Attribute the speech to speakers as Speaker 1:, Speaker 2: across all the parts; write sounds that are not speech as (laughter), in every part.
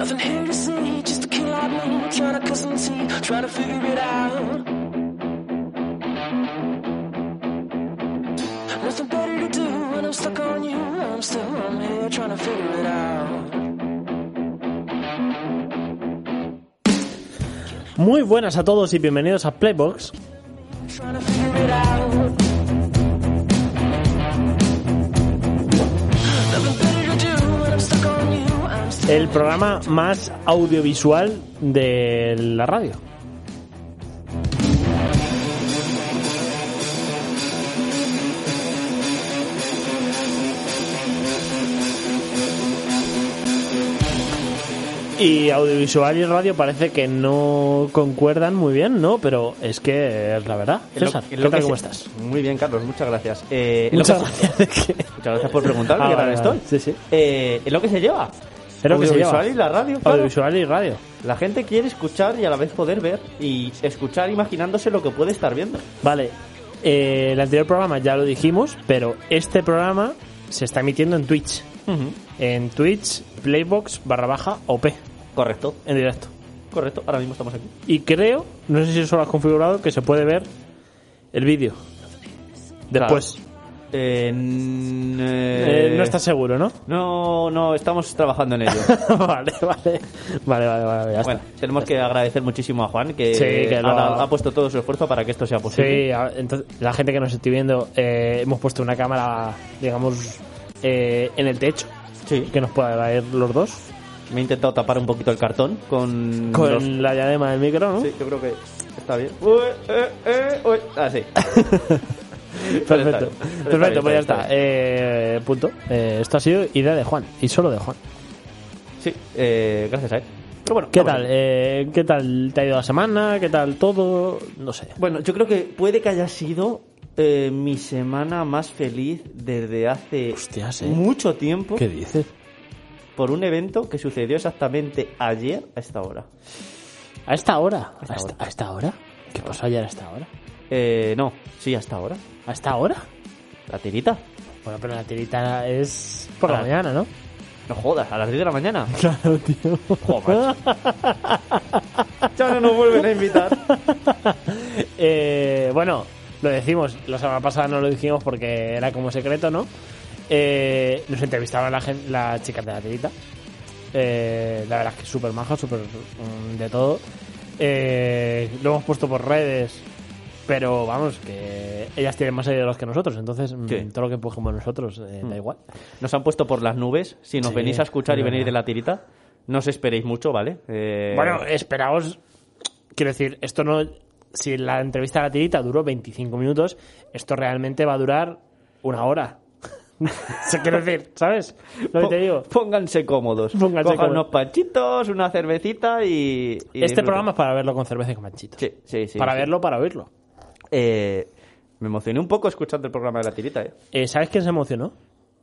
Speaker 1: Nothing here to see, just a kill I bleed. Trying to cut some teeth, trying to figure it out. Nothing better to do when I'm stuck on you. I'm still I'm here trying to figure it out.
Speaker 2: Muy buenas a todos y bienvenidos a Playbox.
Speaker 1: Trying to figure it out. Nothing better to do when I'm stuck on you. I'm still
Speaker 2: El programa más audiovisual de la radio. Y audiovisual y radio parece que no concuerdan muy bien, ¿no? Pero es que es la verdad.
Speaker 3: En lo-
Speaker 2: César,
Speaker 3: en
Speaker 2: ¿qué
Speaker 3: lo
Speaker 2: tal?
Speaker 3: que
Speaker 2: ¿Cómo
Speaker 3: se-
Speaker 2: estás?
Speaker 3: Muy bien, Carlos, muchas gracias. Eh, en lo
Speaker 2: Muchas
Speaker 3: que se-
Speaker 2: gracias.
Speaker 3: (laughs) muchas gracias por preguntarme
Speaker 2: Ah,
Speaker 3: qué tal
Speaker 2: vale,
Speaker 3: estoy.
Speaker 2: vale. Sí, sí.
Speaker 3: Eh, es lo que se lleva.
Speaker 2: Es lo que se
Speaker 3: Audiovisual
Speaker 2: lleva.
Speaker 3: y la radio. claro.
Speaker 2: Audiovisual y radio.
Speaker 3: La gente quiere escuchar y a la vez poder ver y escuchar imaginándose lo que puede estar viendo.
Speaker 2: Vale, eh, el anterior programa ya lo dijimos, pero este programa se está emitiendo en Twitch. En Twitch, Playbox barra baja OP,
Speaker 3: Correcto,
Speaker 2: en directo.
Speaker 3: correcto. Ahora mismo estamos aquí.
Speaker 2: Y creo, no sé si eso lo has configurado, que se puede ver el vídeo. Después.
Speaker 3: Eh, n-
Speaker 2: Eh,
Speaker 3: eh,
Speaker 2: no estás seguro, ¿no? (laughs)
Speaker 3: No, no, estamos trabajando en ello.
Speaker 2: vale, vale. Vale, vale, vale. ya está.
Speaker 3: Bueno, tenemos que agradecer muchísimo a Juan que,
Speaker 2: Sí, que lo
Speaker 3: ha,
Speaker 2: ha-
Speaker 3: ha puesto todo su esfuerzo para que esto sea posible.
Speaker 2: Sí, a- entonces, la gente que nos esté viendo, eh, hemos puesto una cámara, digamos, eh, en el techo,
Speaker 3: Sí.
Speaker 2: que nos pueda ver los dos.
Speaker 3: Me he intentado tapar un poquito el cartón con,
Speaker 2: Con
Speaker 3: los-
Speaker 2: la diadema del micro, ¿no? (laughs)
Speaker 3: Sí, yo creo que está bien. Uy, eh, eh, uy. Ah, (laughs) sí.
Speaker 2: Perfecto, perfecto, pues ya
Speaker 3: está
Speaker 2: está. Eh, punto. Eh, esto ha sido idea de Juan, y solo de Juan.
Speaker 3: Sí, eh, gracias a él. Pero bueno,
Speaker 2: ¿Qué
Speaker 3: vamos
Speaker 2: tal?
Speaker 3: a-
Speaker 2: Eh, ¿Qué tal te ha ido la semana? ¿Qué tal todo? No sé.
Speaker 3: Bueno, yo creo que puede que haya sido eh, mi semana más feliz desde hace
Speaker 2: Hostias, eh.
Speaker 3: mucho tiempo
Speaker 2: dices?
Speaker 3: por un evento que sucedió exactamente ayer a esta hora.
Speaker 2: ¿A esta hora? ¿A
Speaker 3: esta
Speaker 2: esta, a esta hora? ¿Qué pasó ayer a esta hora?
Speaker 3: Eh, no, sí, hasta ahora.
Speaker 2: ¿A esta hora?
Speaker 3: La tirita.
Speaker 2: Bueno, pero la tirita es por la
Speaker 3: Ah.
Speaker 2: mañana, ¿no?
Speaker 3: No jodas, a las 10 de la mañana.
Speaker 2: (laughs) Claro, tío.
Speaker 3: Joder. (laughs) ya no nos vuelven a invitar.
Speaker 2: Eh, bueno, lo decimos, la semana pasada no lo dijimos porque era como secreto, ¿no? Eh, nos entrevistaban la gen- las chicas de la tirita. Eh, la verdad es que súper maja, súper mm, de todo. Eh, lo hemos puesto por redes, pero vamos, que ellas tienen más seguidores que nosotros, entonces mm,
Speaker 3: Sí.
Speaker 2: todo lo que empujemos nosotros eh, da igual.
Speaker 3: Nos han puesto por las nubes. Si nos
Speaker 2: Sí,
Speaker 3: venís a escuchar y
Speaker 2: es
Speaker 3: venís de
Speaker 2: verdad.
Speaker 3: la tirita, no os esperéis mucho, ¿vale? Eh,
Speaker 2: Bueno, esperaos. Quiero decir, esto no. Si la entrevista a la tirita duró 25 minutos, esto realmente va a durar una hora. (laughs) Se quiero decir, ¿sabes? Lo que
Speaker 3: po-
Speaker 2: te digo.
Speaker 3: Pónganse cómodos.
Speaker 2: Pónganse
Speaker 3: Cojan
Speaker 2: cómodos.
Speaker 3: unos panchitos, una cervecita y. y
Speaker 2: Este
Speaker 3: disfruten.
Speaker 2: programa es para verlo con cerveza y con manchito.
Speaker 3: Sí, sí, sí.
Speaker 2: para
Speaker 3: sí.
Speaker 2: verlo, para oírlo.
Speaker 3: Eh, me emocioné un poco escuchando el programa de la tirita, ¿eh?
Speaker 2: Eh, ¿Sabes quién se emocionó?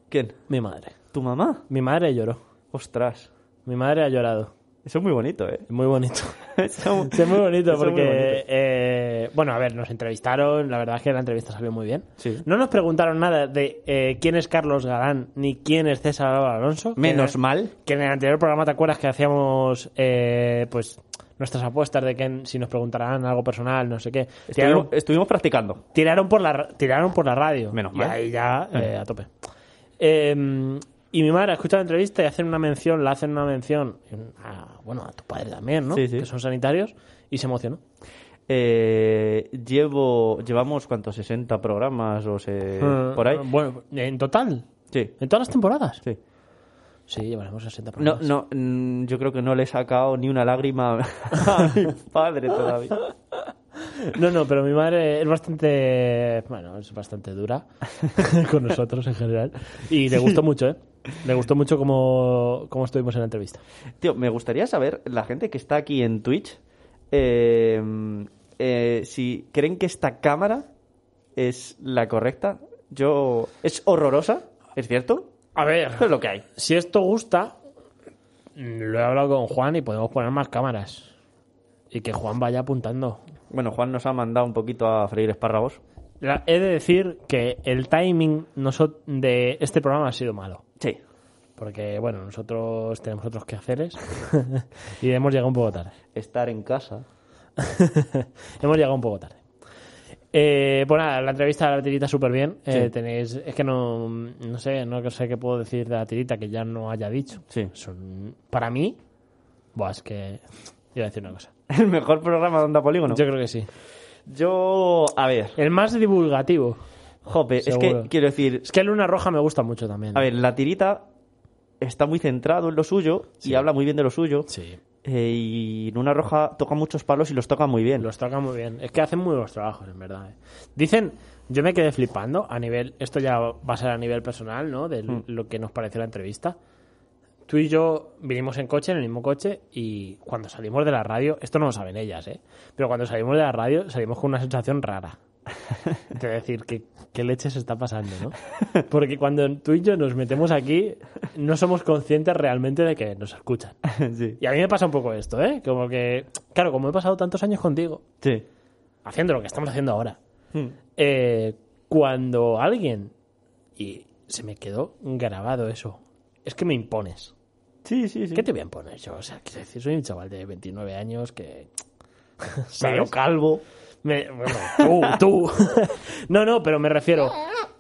Speaker 3: ¿Quién?
Speaker 2: Mi madre.
Speaker 3: ¿Tu mamá?
Speaker 2: Mi madre lloró.
Speaker 3: Ostras.
Speaker 2: Mi madre ha llorado.
Speaker 3: Eso es muy bonito, ¿eh? (laughs)
Speaker 2: Es muy bonito.
Speaker 3: Eso
Speaker 2: Sí, es muy bonito
Speaker 3: eso es muy
Speaker 2: porque,
Speaker 3: bonito.
Speaker 2: eh, bueno, a ver, nos entrevistaron, la verdad es que la entrevista salió muy bien.
Speaker 3: Sí.
Speaker 2: No nos preguntaron nada de eh, quién es Carlos Galán ni quién es César Álvaro Alonso. que
Speaker 3: Menos
Speaker 2: en-
Speaker 3: mal.
Speaker 2: Que en el anterior programa te acuerdas que hacíamos, eh, pues, nuestras apuestas de que si nos preguntarán algo personal, no sé qué.
Speaker 3: Estuvimos,
Speaker 2: Tiraron,
Speaker 3: estuvimos practicando.
Speaker 2: tiraron por la, ra- tiraron por la radio.
Speaker 3: Menos
Speaker 2: y
Speaker 3: mal.
Speaker 2: ahí ya, eh, a tope. Eh, y mi madre ha escuchado la entrevista y hacen una mención, la hacen una mención, a- bueno, a tu padre también, ¿no?
Speaker 3: Sí, sí.
Speaker 2: Que son sanitarios, y se emocionó.
Speaker 3: Eh, llevo, llevamos, ¿cuántos? 60 programas o se,
Speaker 2: Eh,
Speaker 3: por ahí.
Speaker 2: Bueno, en total,
Speaker 3: Sí,
Speaker 2: en todas las temporadas.
Speaker 3: sí.
Speaker 2: Sí, llevaremos 60
Speaker 3: No,
Speaker 2: programas.
Speaker 3: no, mm, yo creo que no le he sacado ni una lágrima (laughs) a mi padre todavía.
Speaker 2: no, no, pero mi madre es bastante. Bueno, es bastante
Speaker 3: (laughs)
Speaker 2: dura con nosotros en general. Y le gustó mucho, ¿eh? Le gustó mucho cómo, cómo estuvimos en la entrevista.
Speaker 3: Tío, me gustaría saber, la gente que está aquí en Twitch, eh, eh, si creen que esta cámara es la correcta. Yo. Es horrorosa, es cierto,
Speaker 2: A ver,
Speaker 3: pero es lo que hay.
Speaker 2: si esto gusta, lo he hablado con Juan y podemos poner más cámaras. Y que Juan vaya apuntando.
Speaker 3: Bueno, Juan nos ha mandado un poquito a freír espárragos.
Speaker 2: La- he de decir que el timing noso- de este programa ha sido malo.
Speaker 3: Sí.
Speaker 2: Porque, bueno, nosotros tenemos otros
Speaker 3: (laughs)
Speaker 2: quehaceres y hemos llegado un poco tarde.
Speaker 3: Estar en casa.
Speaker 2: hemos llegado un poco tarde. Eh, pues nada, la entrevista a la tirita súper bien. Eh,
Speaker 3: Sí.
Speaker 2: tenéis, es que no, no sé, no sé qué puedo decir de la tirita que ya no haya dicho.
Speaker 3: Sí.
Speaker 2: Son- para mí, buah, es que iba a decir una cosa.
Speaker 3: (laughs) El mejor programa de Onda Polígono.
Speaker 2: Yo creo que sí.
Speaker 3: Yo, a ver,
Speaker 2: El más divulgativo.
Speaker 3: Jope, es
Speaker 2: Seguro.
Speaker 3: que quiero decir,
Speaker 2: Es que Luna Roja me gusta mucho también.
Speaker 3: a ver, la tirita está muy centrado en lo suyo y habla muy bien de lo suyo.
Speaker 2: Sí.
Speaker 3: Eh, y Luna Roja toca muchos palos y los toca muy bien.
Speaker 2: Los toca muy bien. Es que hacen muy buenos trabajos, en verdad. ¿eh? Dicen, yo me quedé flipando a nivel, esto ya va a ser a nivel personal, ¿no? De lo que nos pareció la entrevista. Tú y yo vinimos en coche, en el mismo coche, y cuando salimos de la radio, esto no lo saben ellas, ¿eh? Pero cuando salimos de la radio salimos con una sensación rara. De decir, ¿qué, qué leche se está pasando, no? Porque cuando tú y yo nos metemos aquí, no somos conscientes realmente de que nos escuchan.
Speaker 3: (laughs) sí,
Speaker 2: Y a mí me pasa un poco esto, ¿eh? Como que, claro, como he pasado tantos años contigo,
Speaker 3: sí.
Speaker 2: haciendo lo que estamos haciendo ahora,
Speaker 3: Hmm.
Speaker 2: eh, cuando alguien, y se me quedó grabado eso, es que me impones.
Speaker 3: Sí, sí, sí.
Speaker 2: ¿Qué te voy a imponer yo? O sea, quiero decir, soy un chaval de 29 años
Speaker 3: (laughs)
Speaker 2: que...
Speaker 3: Me veo
Speaker 2: ¿sabes?
Speaker 3: calvo.
Speaker 2: Me- bueno, tú, (laughs) tú. no, no, pero me refiero...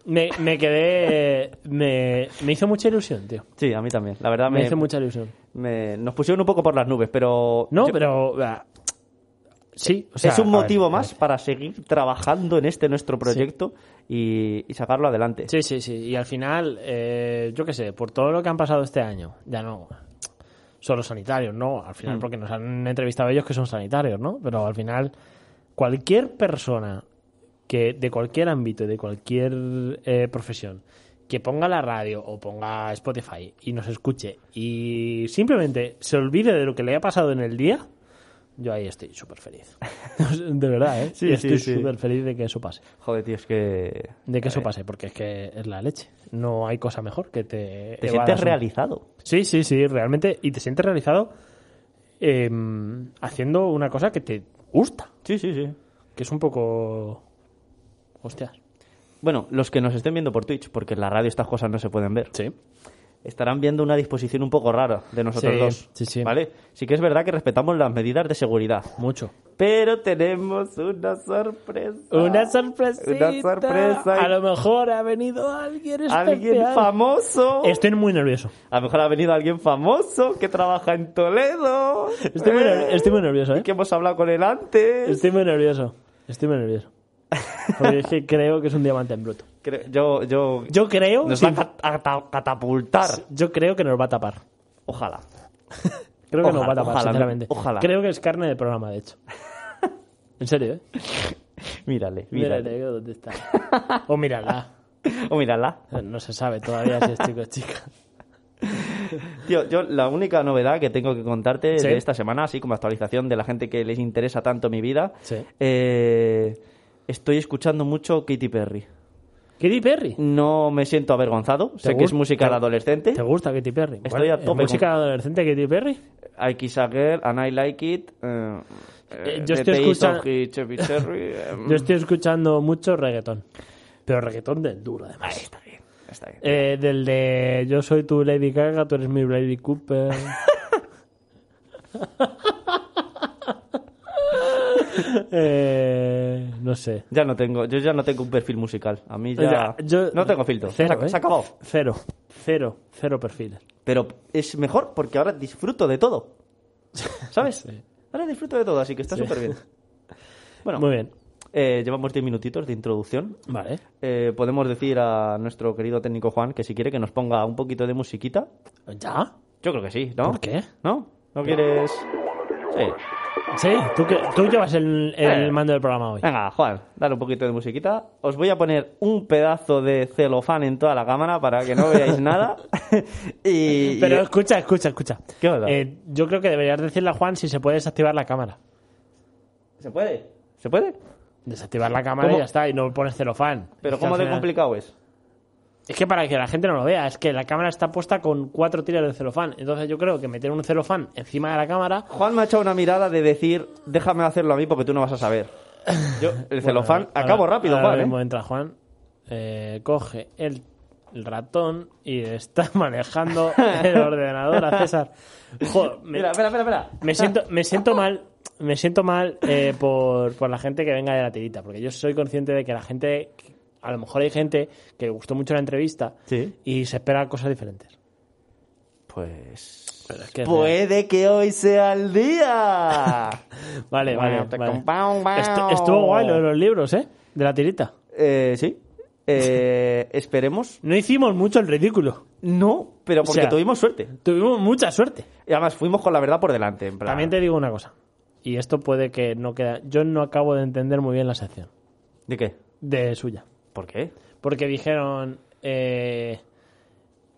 Speaker 2: Me, me quedé... Me, me hizo mucha ilusión, tío.
Speaker 3: Sí, a mí también. La verdad
Speaker 2: Me,
Speaker 3: me,
Speaker 2: hizo mucha ilusión.
Speaker 3: me- nos pusieron un poco por las nubes, pero
Speaker 2: No,
Speaker 3: yo-
Speaker 2: pero... ah, Sí, o sea,
Speaker 3: es un
Speaker 2: a ver,
Speaker 3: motivo
Speaker 2: a ver.
Speaker 3: más para seguir trabajando en este nuestro proyecto y, y sacarlo adelante.
Speaker 2: Sí, sí, sí. Y al final, eh, yo qué sé, por todo lo que han pasado este año, ya no solo sanitarios, no. Al
Speaker 3: Mm.
Speaker 2: final, porque nos han entrevistado ellos que son sanitarios, ¿no? Pero al final, cualquier persona que de cualquier ámbito, de cualquier eh, profesión, que ponga la radio o ponga Spotify y nos escuche y simplemente se olvide de lo que le ha pasado en el día, yo ahí estoy súper feliz. (laughs) de verdad, ¿eh?
Speaker 3: Sí, sí,
Speaker 2: estoy
Speaker 3: sí.
Speaker 2: súper feliz de que eso pase.
Speaker 3: Joder, tío, es que
Speaker 2: De que eso pase, porque es que es la leche. No hay cosa mejor que te...
Speaker 3: te
Speaker 2: evadas
Speaker 3: sientes
Speaker 2: un-
Speaker 3: realizado.
Speaker 2: Sí, sí, sí, realmente. Y te sientes realizado eh, haciendo una cosa que te gusta,
Speaker 3: Sí, sí, sí.
Speaker 2: que es un poco... Hostias.
Speaker 3: Bueno, los que nos estén viendo por Twitch, porque en la radio estas cosas no se pueden ver,
Speaker 2: Sí.
Speaker 3: estarán viendo una disposición un poco rara de nosotros
Speaker 2: Sí,
Speaker 3: dos.
Speaker 2: sí, sí.
Speaker 3: ¿Vale? Sí que es verdad que respetamos las medidas de seguridad.
Speaker 2: Mucho.
Speaker 3: Pero tenemos una sorpresa.
Speaker 2: Ah, Una sorpresita.
Speaker 3: Una sorpresa.
Speaker 2: A lo mejor ha venido alguien especial.
Speaker 3: Alguien famoso.
Speaker 2: Estoy muy nervioso.
Speaker 3: A lo mejor ha venido alguien famoso que trabaja en Toledo.
Speaker 2: Estoy muy,
Speaker 3: Eh,
Speaker 2: nerv- estoy muy nervioso,
Speaker 3: y
Speaker 2: ¿eh?
Speaker 3: Que hemos hablado con él antes.
Speaker 2: Estoy muy nervioso. Estoy muy (laughs) nervioso. Porque es que creo que es un diamante en bruto.
Speaker 3: Creo- Yo, yo,
Speaker 2: Yo creo...
Speaker 3: Nos
Speaker 2: sin-
Speaker 3: va a cat- a, ta- catapultar.
Speaker 2: Yo creo que nos va a tapar.
Speaker 3: Ojalá.
Speaker 2: Creo que nos va a
Speaker 3: Ojalá,
Speaker 2: tapar,
Speaker 3: ojalá,
Speaker 2: sinceramente.
Speaker 3: ojalá.
Speaker 2: Creo que es carne de programa, de hecho. (laughs) En (laughs) serio, ¿eh?
Speaker 3: Mírale, mírale.
Speaker 2: Mírale, ¿dónde (laughs) está? O Oh, mírala.
Speaker 3: O mírala.
Speaker 2: No se sabe todavía si es chico o chica.
Speaker 3: Tío, yo la única novedad que tengo que contarte
Speaker 2: Sí.
Speaker 3: de esta semana, así como actualización de la gente que les interesa tanto mi vida,
Speaker 2: Sí.
Speaker 3: eh, estoy escuchando mucho Katy Perry.
Speaker 2: (laughs) Katy Perry.
Speaker 3: No me siento avergonzado, sé que es
Speaker 2: gust-
Speaker 3: música
Speaker 2: te-
Speaker 3: de adolescente.
Speaker 2: ¿Te gusta Katy Perry?
Speaker 3: Estoy
Speaker 2: Bueno,
Speaker 3: a
Speaker 2: ¿es
Speaker 3: tope
Speaker 2: ¿Música
Speaker 3: con-
Speaker 2: adolescente Katy Perry?
Speaker 3: I Kiss a Girl, and I Like It. eh, eh,
Speaker 2: yo
Speaker 3: The
Speaker 2: estoy
Speaker 3: Taste
Speaker 2: escuchando-
Speaker 3: of His Chevy Cherry, eh,
Speaker 2: Yo estoy escuchando mucho reggaetón. Mm. Pero reggaetón del duro, además.
Speaker 3: Está bien, está bien.
Speaker 2: Eh, del de yo soy tu Lady Gaga, tú eres mi Lady Cooper. (laughs) Eh, no sé.
Speaker 3: Ya no tengo, yo ya no tengo un perfil musical. A mí ya,
Speaker 2: Ya, yo-
Speaker 3: no tengo filtro. Se
Speaker 2: Cero,
Speaker 3: ha-
Speaker 2: ¿eh?
Speaker 3: se ha acabado.
Speaker 2: Cero, cero, cero perfiles.
Speaker 3: Pero es mejor porque ahora disfruto
Speaker 2: (laughs)
Speaker 3: de todo. ¿Sabes? Ahora disfruto de todo, así que está
Speaker 2: (laughs)
Speaker 3: súper bien. Bueno,
Speaker 2: Muy bien.
Speaker 3: eh, llevamos 10 minutitos de introducción.
Speaker 2: Vale.
Speaker 3: Eh, podemos decir a nuestro querido técnico Juan que si quiere que nos ponga un poquito de musiquita.
Speaker 2: ¿Ya?
Speaker 3: Yo creo que sí, ¿no?
Speaker 2: ¿Por qué?
Speaker 3: ¿No? ¿No quieres...? Sí.
Speaker 2: Sí, tú, que- tú llevas el, el
Speaker 3: Eh.
Speaker 2: mando del programa hoy.
Speaker 3: Venga, Juan, dale un poquito de musiquita. Os voy a poner un pedazo de celofán en toda la cámara para que no veáis nada. (laughs) y, y-
Speaker 2: Pero escucha, escucha, escucha.
Speaker 3: ¿Qué onda?
Speaker 2: Eh, yo creo que deberías decirle a Juan si se puede desactivar la cámara.
Speaker 3: ¿Se puede? ¿Se puede?
Speaker 2: Desactivar la cámara
Speaker 3: ¿Cómo?
Speaker 2: y ya está, y no pones celofán.
Speaker 3: Pero
Speaker 2: Es que
Speaker 3: ¿cómo
Speaker 2: al
Speaker 3: de
Speaker 2: final-
Speaker 3: complicado es?
Speaker 2: Es que para que la gente no lo vea, es que la cámara está puesta con cuatro tiras de celofán. Entonces yo creo que meter un celofán encima de la cámara.
Speaker 3: Juan me ha echado una mirada de decir, déjame hacerlo a mí porque tú no vas a saber.
Speaker 2: (laughs)
Speaker 3: Yo, el celofán,
Speaker 2: Bueno,
Speaker 3: acabo
Speaker 2: ahora-
Speaker 3: rápido, ¿eh?
Speaker 2: ahora
Speaker 3: Juan. ¿eh?
Speaker 2: mismo entra Juan, eh, coge el el ratón y está (laughs) manejando el ordenador a César. Jo, me,
Speaker 3: Espera, espera, espera, espera.
Speaker 2: me siento, me siento mal, me siento mal eh, por, por la gente que venga de la tirita, porque yo soy consciente de que la gente, a lo mejor hay gente que le gustó mucho la entrevista
Speaker 3: Sí.
Speaker 2: y se espera cosas diferentes.
Speaker 3: Pues.
Speaker 2: Pero es que-
Speaker 3: Puede que hoy sea
Speaker 2: (laughs)
Speaker 3: el día.
Speaker 2: Vale, vale.
Speaker 3: Bueno, te
Speaker 2: vale.
Speaker 3: compao, bao.
Speaker 2: Estu- estuvo guay lo de los libros, ¿eh? De la tirita.
Speaker 3: eh, sí.
Speaker 2: (laughs)
Speaker 3: Eh, esperemos.
Speaker 2: No hicimos mucho el ridículo.
Speaker 3: No, pero porque
Speaker 2: O sea-
Speaker 3: tuvimos suerte.
Speaker 2: Tuvimos mucha suerte.
Speaker 3: Y además fuimos con la verdad por delante. en plan.
Speaker 2: También te digo una cosa. Y esto puede que no queda. Yo no acabo de entender muy bien la sección
Speaker 3: ¿De qué?
Speaker 2: de suya.
Speaker 3: ¿Por qué?
Speaker 2: Porque dijeron eh,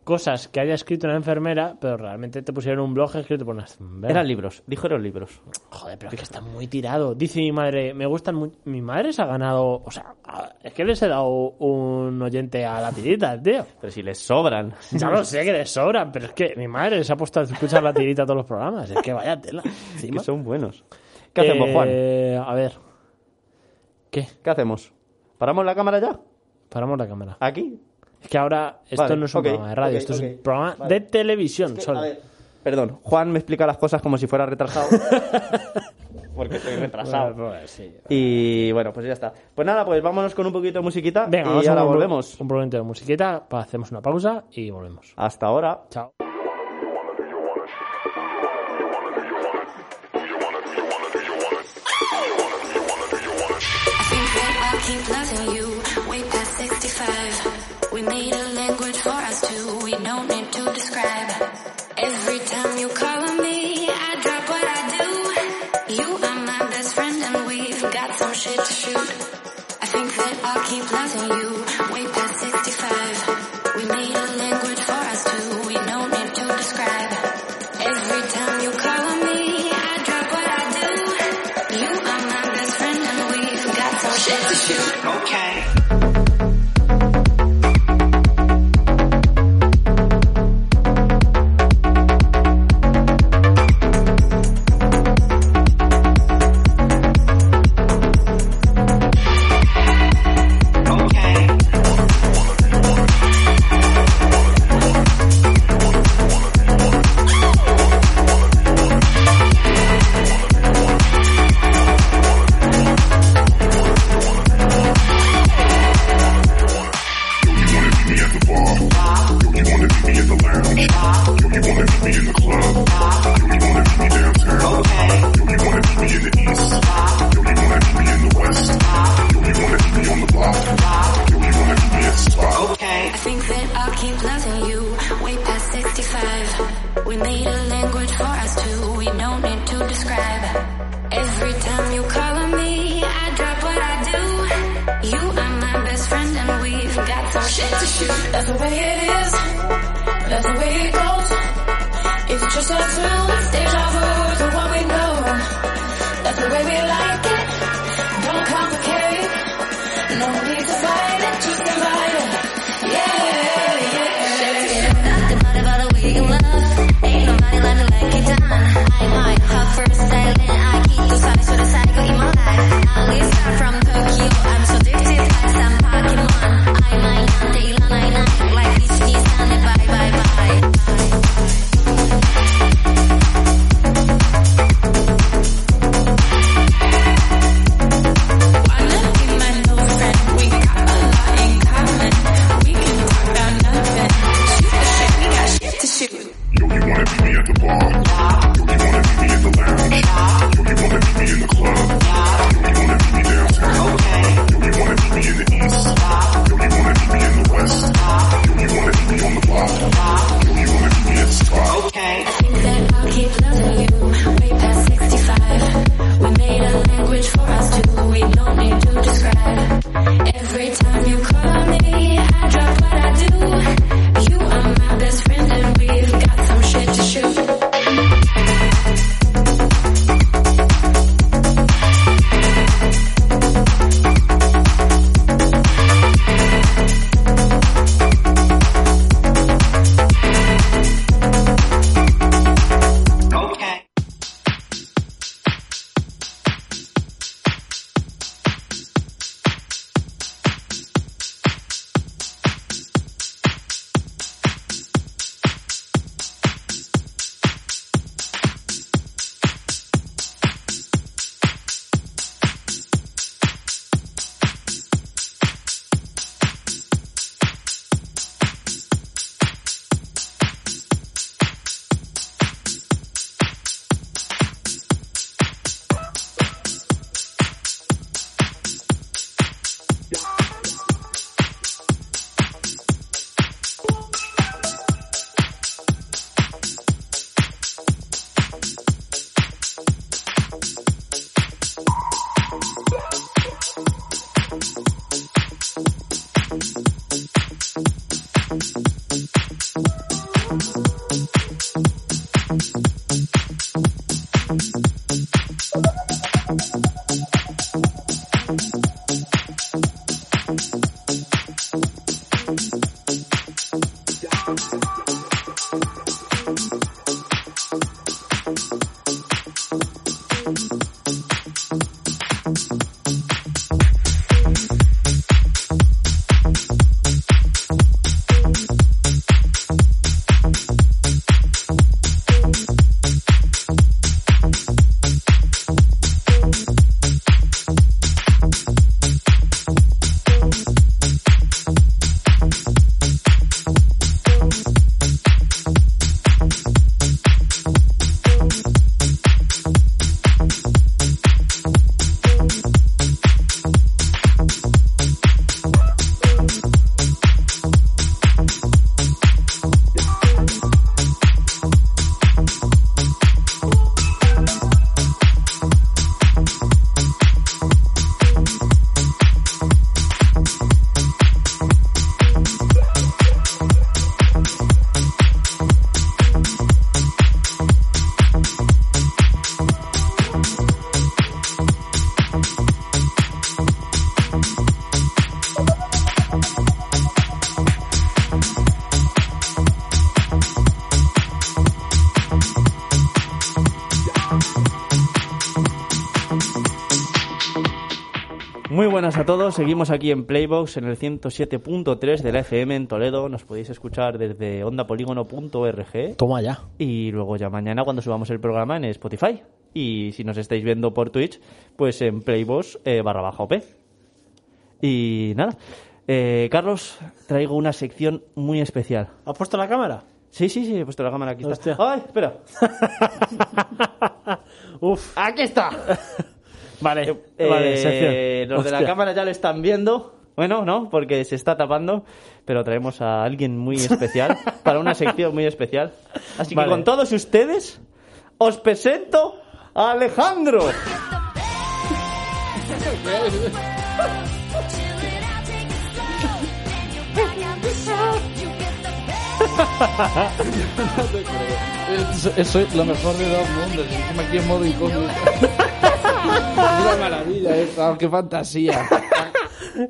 Speaker 2: cosas que haya escrito una enfermera, pero realmente te pusieron un blog escrito por una enfermera.
Speaker 3: Eran libros. Dijeron libros.
Speaker 2: Joder, pero es que está muy tirado. Dice mi madre, me gustan muy... Mi madre se ha ganado... O sea, a- es que les he dado un oyente a la tirita, tío.
Speaker 3: Pero si les sobran.
Speaker 2: (laughs) Ya lo sé que les sobran, pero es que mi madre se ha puesto a escuchar la tirita a todos los programas. Es que vaya tela.
Speaker 3: que
Speaker 2: encima.
Speaker 3: son buenos. ¿Qué hacemos, Juan?
Speaker 2: Eh, A ver. ¿Qué?
Speaker 3: ¿Qué hacemos? ¿Paramos la cámara ya?
Speaker 2: Paramos la cámara.
Speaker 3: ¿Aquí?
Speaker 2: Es que ahora esto
Speaker 3: Vale,
Speaker 2: no es un
Speaker 3: ok,
Speaker 2: programa de radio,
Speaker 3: ok,
Speaker 2: esto es
Speaker 3: ok,
Speaker 2: un programa
Speaker 3: vale.
Speaker 2: de televisión solo.
Speaker 3: Eh, Perdón, Juan me explica las cosas como si fuera
Speaker 2: (laughs)
Speaker 3: retrasado. Porque estoy retrasado.
Speaker 2: Bueno, pues, sí.
Speaker 3: Y bueno, pues ya está. Pues nada, pues vámonos con un poquito de musiquita
Speaker 2: Venga,
Speaker 3: y
Speaker 2: vamos
Speaker 3: ahora
Speaker 2: a un,
Speaker 3: volvemos.
Speaker 2: un momento de musiquita, pa- hacemos una pausa y volvemos.
Speaker 3: Hasta ahora.
Speaker 2: Chao.
Speaker 4: Think that I'll keep loving you way past 65. We made a language for us two, we don't need to describe. Every time you call on me, I drop what I do. You are my best friend and we've got some shit to shoot. I think that I'll keep loving you way past 65. We made a language for us two, we don't need to describe. Every time you call on me, I drop what I do. You are my best friend and we've got some shit to shoot.
Speaker 5: Okay. Okay. Okay.
Speaker 4: I think that I'll keep loving you way past 65. We made a language for us two, we don't need to describe. Every time you call on me, I drop what I do. You are my best friend and we've got some shit to shoot.
Speaker 6: That's the way it is. That's the way it goes. It's just a thrill. Deja vu is the one we know. That's the way we like it. Don't complicate. it. No need to fight it. Just invite it. Yeah, yeah, yeah.
Speaker 7: Nothing but about the way you love. Ain't nobody love me like you done. I might hop first style and I keep those colors for the psycho in my life. At least I'm from Tokyo. I'm so addicted like some Pokemon. I might not take long, I not like this. Me standing bye bye bye.
Speaker 3: Muy buenas a todos, seguimos aquí en Playbox en el 107.3 de la FM en Toledo. Nos podéis escuchar desde ondapolígono.org
Speaker 2: Toma ya.
Speaker 3: y luego ya mañana cuando subamos el programa en Spotify. Y si nos estáis viendo por Twitch, pues en Playbox eh, barra baja OP. Y nada, eh, Carlos, traigo una sección muy especial.
Speaker 8: ¿Has puesto la cámara?
Speaker 3: Sí, sí, sí, he puesto la cámara aquí.
Speaker 8: Hostia.
Speaker 3: Está. ¡Ay, espera!
Speaker 8: Uf.
Speaker 3: ¡Aquí está!
Speaker 2: (laughs) Vale,
Speaker 3: Eh,
Speaker 2: vale, sección.
Speaker 3: los de la
Speaker 2: Hostia.
Speaker 3: cámara ya lo están viendo. Bueno, no, porque se está tapando, pero traemos a alguien
Speaker 2: (laughs)
Speaker 3: muy especial para una sección muy especial. Así
Speaker 2: Vale.
Speaker 3: que con todos ustedes, os presento a Alejandro.
Speaker 9: Es- es- Soy lo mejor de dos mundos. y Encima aquí en modo (laughs) incógnito. Una maravilla eh. esta, Ah, qué fantasía.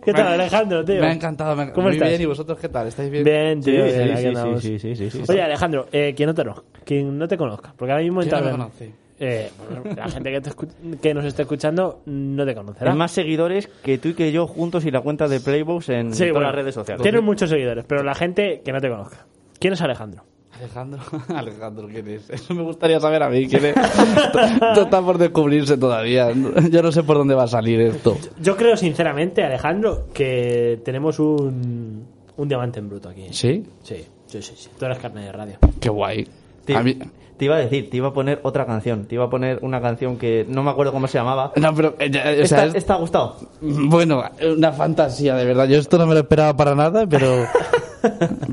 Speaker 2: ¿Qué tal, Alejandro, tío?
Speaker 9: Me ha encantado. Me...
Speaker 2: ¿Cómo
Speaker 9: muy
Speaker 2: estás?
Speaker 9: bien, ¿y vosotros qué tal? ¿Estáis bien?
Speaker 2: Bien, tío,
Speaker 3: Sí, sí,
Speaker 2: bien,
Speaker 3: sí,
Speaker 2: aquí
Speaker 3: sí,
Speaker 2: andamos.
Speaker 3: sí, sí, sí, sí.
Speaker 2: Oye, Alejandro, eh, quien no te conozca, quien no te conozca, porque ahora mismo en
Speaker 9: ¿Quién no me
Speaker 2: Instagram,
Speaker 9: conoce?
Speaker 2: eh, bueno, la gente que, te escu- que nos está escuchando no te conocerá.
Speaker 3: Hay más seguidores que tú y que yo juntos y la cuenta de Playbox en
Speaker 2: Sí,
Speaker 3: todas
Speaker 2: bueno,
Speaker 3: las redes sociales.
Speaker 2: Tienes muchos seguidores, pero la gente que no te conozca. ¿Quién es Alejandro?
Speaker 9: Alejandro, (laughs) Alejandro, ¿quién es? Eso me gustaría saber a mí, (laughs) ¿quién es? Esto está por descubrirse todavía. Yo no sé por dónde va a salir esto.
Speaker 2: Yo creo sinceramente, Alejandro, que tenemos un, un diamante en bruto aquí.
Speaker 9: ¿Sí?
Speaker 2: Sí, sí, sí, sí. Tú eres carne de radio.
Speaker 9: Qué guay.
Speaker 3: Te,
Speaker 9: A mí...
Speaker 3: te iba a decir, te iba a poner otra canción. Te iba a poner una canción que no me acuerdo cómo se llamaba.
Speaker 9: No, pero... eh, ya, o sea,
Speaker 3: esta,
Speaker 9: es-
Speaker 3: esta ha gustado.
Speaker 9: Bueno, una fantasía, de verdad. Yo esto no me lo esperaba para nada, (laughs) pero...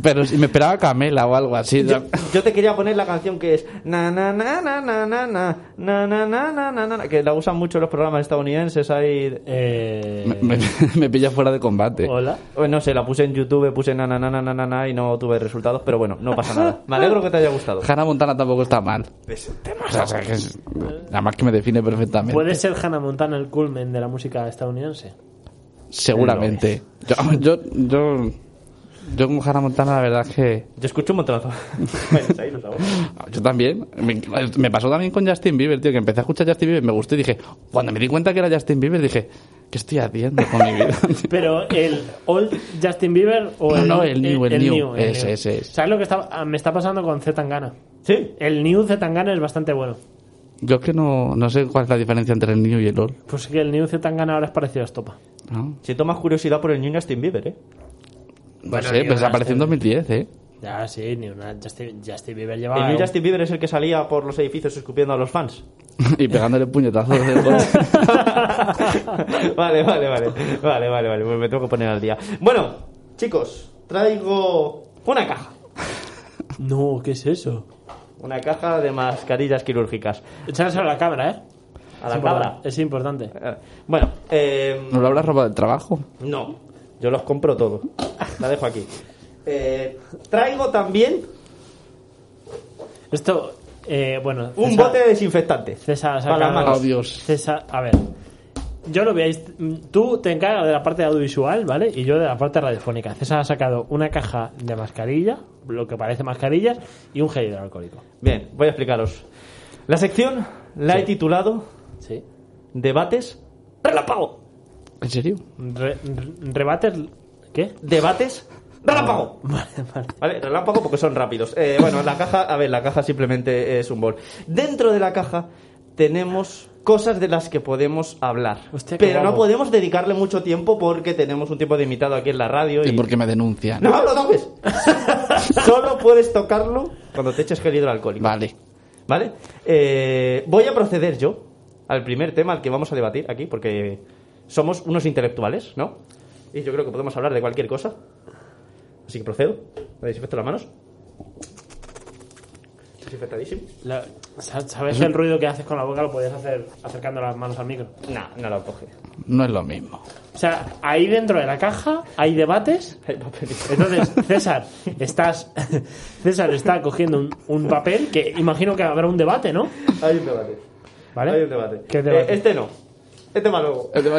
Speaker 9: pero si me esperaba Camela o algo así.
Speaker 3: Yo, yo te quería poner la canción que es na na na na na na na na na na na na na na, que la usan mucho los programas estadounidenses ahí
Speaker 2: Eh,
Speaker 9: Me, me- (laughs) me pilla fuera de combate.
Speaker 2: Hola.
Speaker 3: Bueno, eh, no sé, la puse en YouTube, puse na na na na na na na y no tuve resultados, pero bueno, no pasa nada. Me alegro que te haya gustado.
Speaker 9: Hannah Montana tampoco está mal. O sea, o sea, que es- además que me define perfectamente.
Speaker 2: ¿Puede ser Hannah Montana el culmen de la música estadounidense?
Speaker 9: Seguramente. Yo, yo, yo, yo con Hannah Montana, la verdad es que.
Speaker 3: Yo escucho un montonazo. (laughs) pues
Speaker 9: Yo también. Me, me pasó también con Justin Bieber, tío, que empecé a escuchar Justin Bieber, me gustó y dije, cuando me di cuenta que era Justin Bieber, dije, ¿qué estoy haciendo con mi vida? (laughs)
Speaker 2: Pero el old Justin Bieber o el
Speaker 9: No, no, el new, el new. Ese,
Speaker 2: new.
Speaker 9: ese, ese.
Speaker 2: ¿Sabes lo que está- ah, me está pasando con Z Tangana?
Speaker 3: Sí.
Speaker 2: El new Z Tangana es bastante bueno.
Speaker 9: Yo es que no, no sé cuál es la diferencia entre el New y el Old.
Speaker 2: Pues que el new Z Tangana ahora es parecido a Estopa.
Speaker 9: No,
Speaker 3: Siento más curiosidad por el New Justin Bieber, ¿eh?
Speaker 9: No
Speaker 2: Bueno,
Speaker 9: sé,
Speaker 2: ni
Speaker 9: pues
Speaker 2: una
Speaker 9: apareció en
Speaker 2: serie.
Speaker 9: 2010, ¿eh?
Speaker 2: Ya, sí, ni una Justin, Justin Bieber
Speaker 3: El
Speaker 2: lleva
Speaker 3: New
Speaker 2: un-
Speaker 3: Justin Bieber es el que salía por los edificios escupiendo a los fans. (laughs)
Speaker 9: ¿eh? (laughs) y pegándole puñetazos de coche.
Speaker 3: vale, vale, vale. Vale, vale, vale. pues Me tengo que poner al día. Bueno, chicos, traigo una caja.
Speaker 2: No, ¿qué es eso?
Speaker 3: Una caja de mascarillas quirúrgicas.
Speaker 2: Echarse a la cámara, ¿eh?
Speaker 3: a
Speaker 2: es
Speaker 3: la cabra.
Speaker 2: importante, Es importante.
Speaker 3: Eh, Bueno, eh,
Speaker 9: ¿Nos lo habrás robado del trabajo?
Speaker 3: no, yo los compro todos. La dejo aquí. Eh, traigo también
Speaker 2: Esto, eh, bueno.
Speaker 3: un
Speaker 2: César-
Speaker 3: bote de desinfectante.
Speaker 2: César, saca-
Speaker 3: para las manos.
Speaker 9: Oh, Dios.
Speaker 2: César, a ver. Yo lo veáis. Tú te encargas de la parte audiovisual, ¿vale? Y yo de la parte radiofónica. César ha sacado una caja de mascarilla, lo que parece mascarillas, y un gel hidroalcohólico.
Speaker 3: Bien, voy a explicaros. La sección la he titulado
Speaker 2: Sí.
Speaker 3: Debates Relámpago.
Speaker 9: ¿En serio?
Speaker 2: Re- re- rebates. ¿Qué?
Speaker 3: Debates Relámpago.
Speaker 2: (laughs) Vale, vale.
Speaker 3: Vale, relámpago porque son rápidos. Eh, bueno, la caja, a ver, la caja simplemente es un bol. Dentro de la caja tenemos cosas de las que podemos hablar.
Speaker 2: Hostia, qué
Speaker 3: pero no
Speaker 2: guapo.
Speaker 3: podemos dedicarle mucho tiempo porque tenemos un tipo de invitado aquí en la radio. Y...
Speaker 9: ¿Y por qué me denuncian?
Speaker 3: No lo toques. (laughs) Solo puedes tocarlo cuando te eches gel hidroalcohólico.
Speaker 9: Vale.
Speaker 3: ¿Vale? Eh, voy a proceder yo al primer tema al que vamos a debatir aquí, porque somos unos intelectuales, ¿no? Y yo creo que podemos hablar de cualquier cosa. Así que procedo. Me desinfecto las manos. Desinfectadísimo.
Speaker 2: La- sa- ¿Sabes el ruido que haces con la boca? Lo podías hacer acercando las manos al micro.
Speaker 3: No, no lo coge.
Speaker 9: No es lo mismo.
Speaker 2: O sea, ahí dentro de la caja hay debates.
Speaker 3: Hay papel. (laughs)
Speaker 2: Entonces, César, estás. (laughs) César está cogiendo un, un papel que imagino que habrá un debate, ¿no?
Speaker 3: Hay un debate.
Speaker 2: ¿Vale?
Speaker 3: Hay un debate.
Speaker 2: ¿Qué debate?
Speaker 3: Eh, este no. Este más luego.
Speaker 9: El tema (laughs)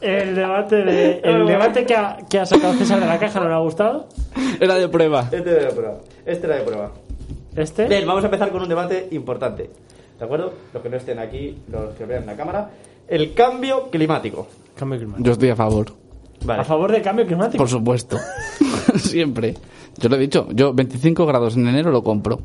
Speaker 9: es-
Speaker 2: El debate
Speaker 3: (laughs)
Speaker 2: de- el debate que ha, que ha sacado César de la caja no le ha gustado.
Speaker 9: Era de prueba.
Speaker 3: Este era de prueba. Este era de prueba.
Speaker 2: Este.
Speaker 3: Bien, vamos a empezar con un debate importante. ¿De acuerdo? Los que no estén aquí, los que vean la cámara. El cambio climático.
Speaker 2: Cambio climático.
Speaker 9: Yo estoy a favor.
Speaker 3: Vale.
Speaker 2: A favor del cambio climático.
Speaker 9: Por (laughs) supuesto. Siempre. Yo lo he dicho. Yo 25 grados en enero lo compro.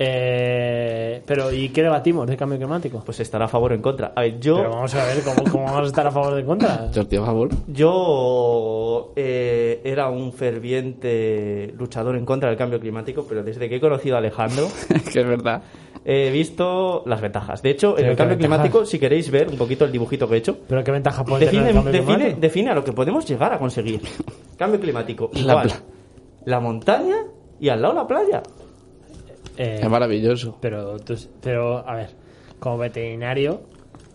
Speaker 2: Eh, pero, ¿y qué debatimos de cambio climático?
Speaker 3: Pues estará a favor o en contra. A ver, yo.
Speaker 2: Pero vamos a ver cómo, cómo vamos a estar a favor de
Speaker 3: (laughs)
Speaker 2: contra.
Speaker 9: Yo estoy a favor. (laughs)
Speaker 3: Yo eh, era un ferviente luchador en contra del cambio climático, pero desde que he conocido a Alejandro
Speaker 9: que es verdad.
Speaker 3: he visto las ventajas. De hecho, en
Speaker 2: Pero
Speaker 3: el
Speaker 2: qué
Speaker 3: cambio
Speaker 2: ventajas.
Speaker 3: climático, si queréis ver un poquito el dibujito que he hecho,
Speaker 2: Pero qué ventaja puede tener
Speaker 3: define,
Speaker 2: el cambio
Speaker 3: define,
Speaker 2: climático.
Speaker 3: define a lo que podemos llegar a conseguir. Cambio climático,
Speaker 9: La
Speaker 3: igual.
Speaker 9: pla-
Speaker 3: La montaña y al lado la playa.
Speaker 2: Eh,
Speaker 9: Es maravilloso.
Speaker 2: pero, tú- pero, a ver, como veterinario,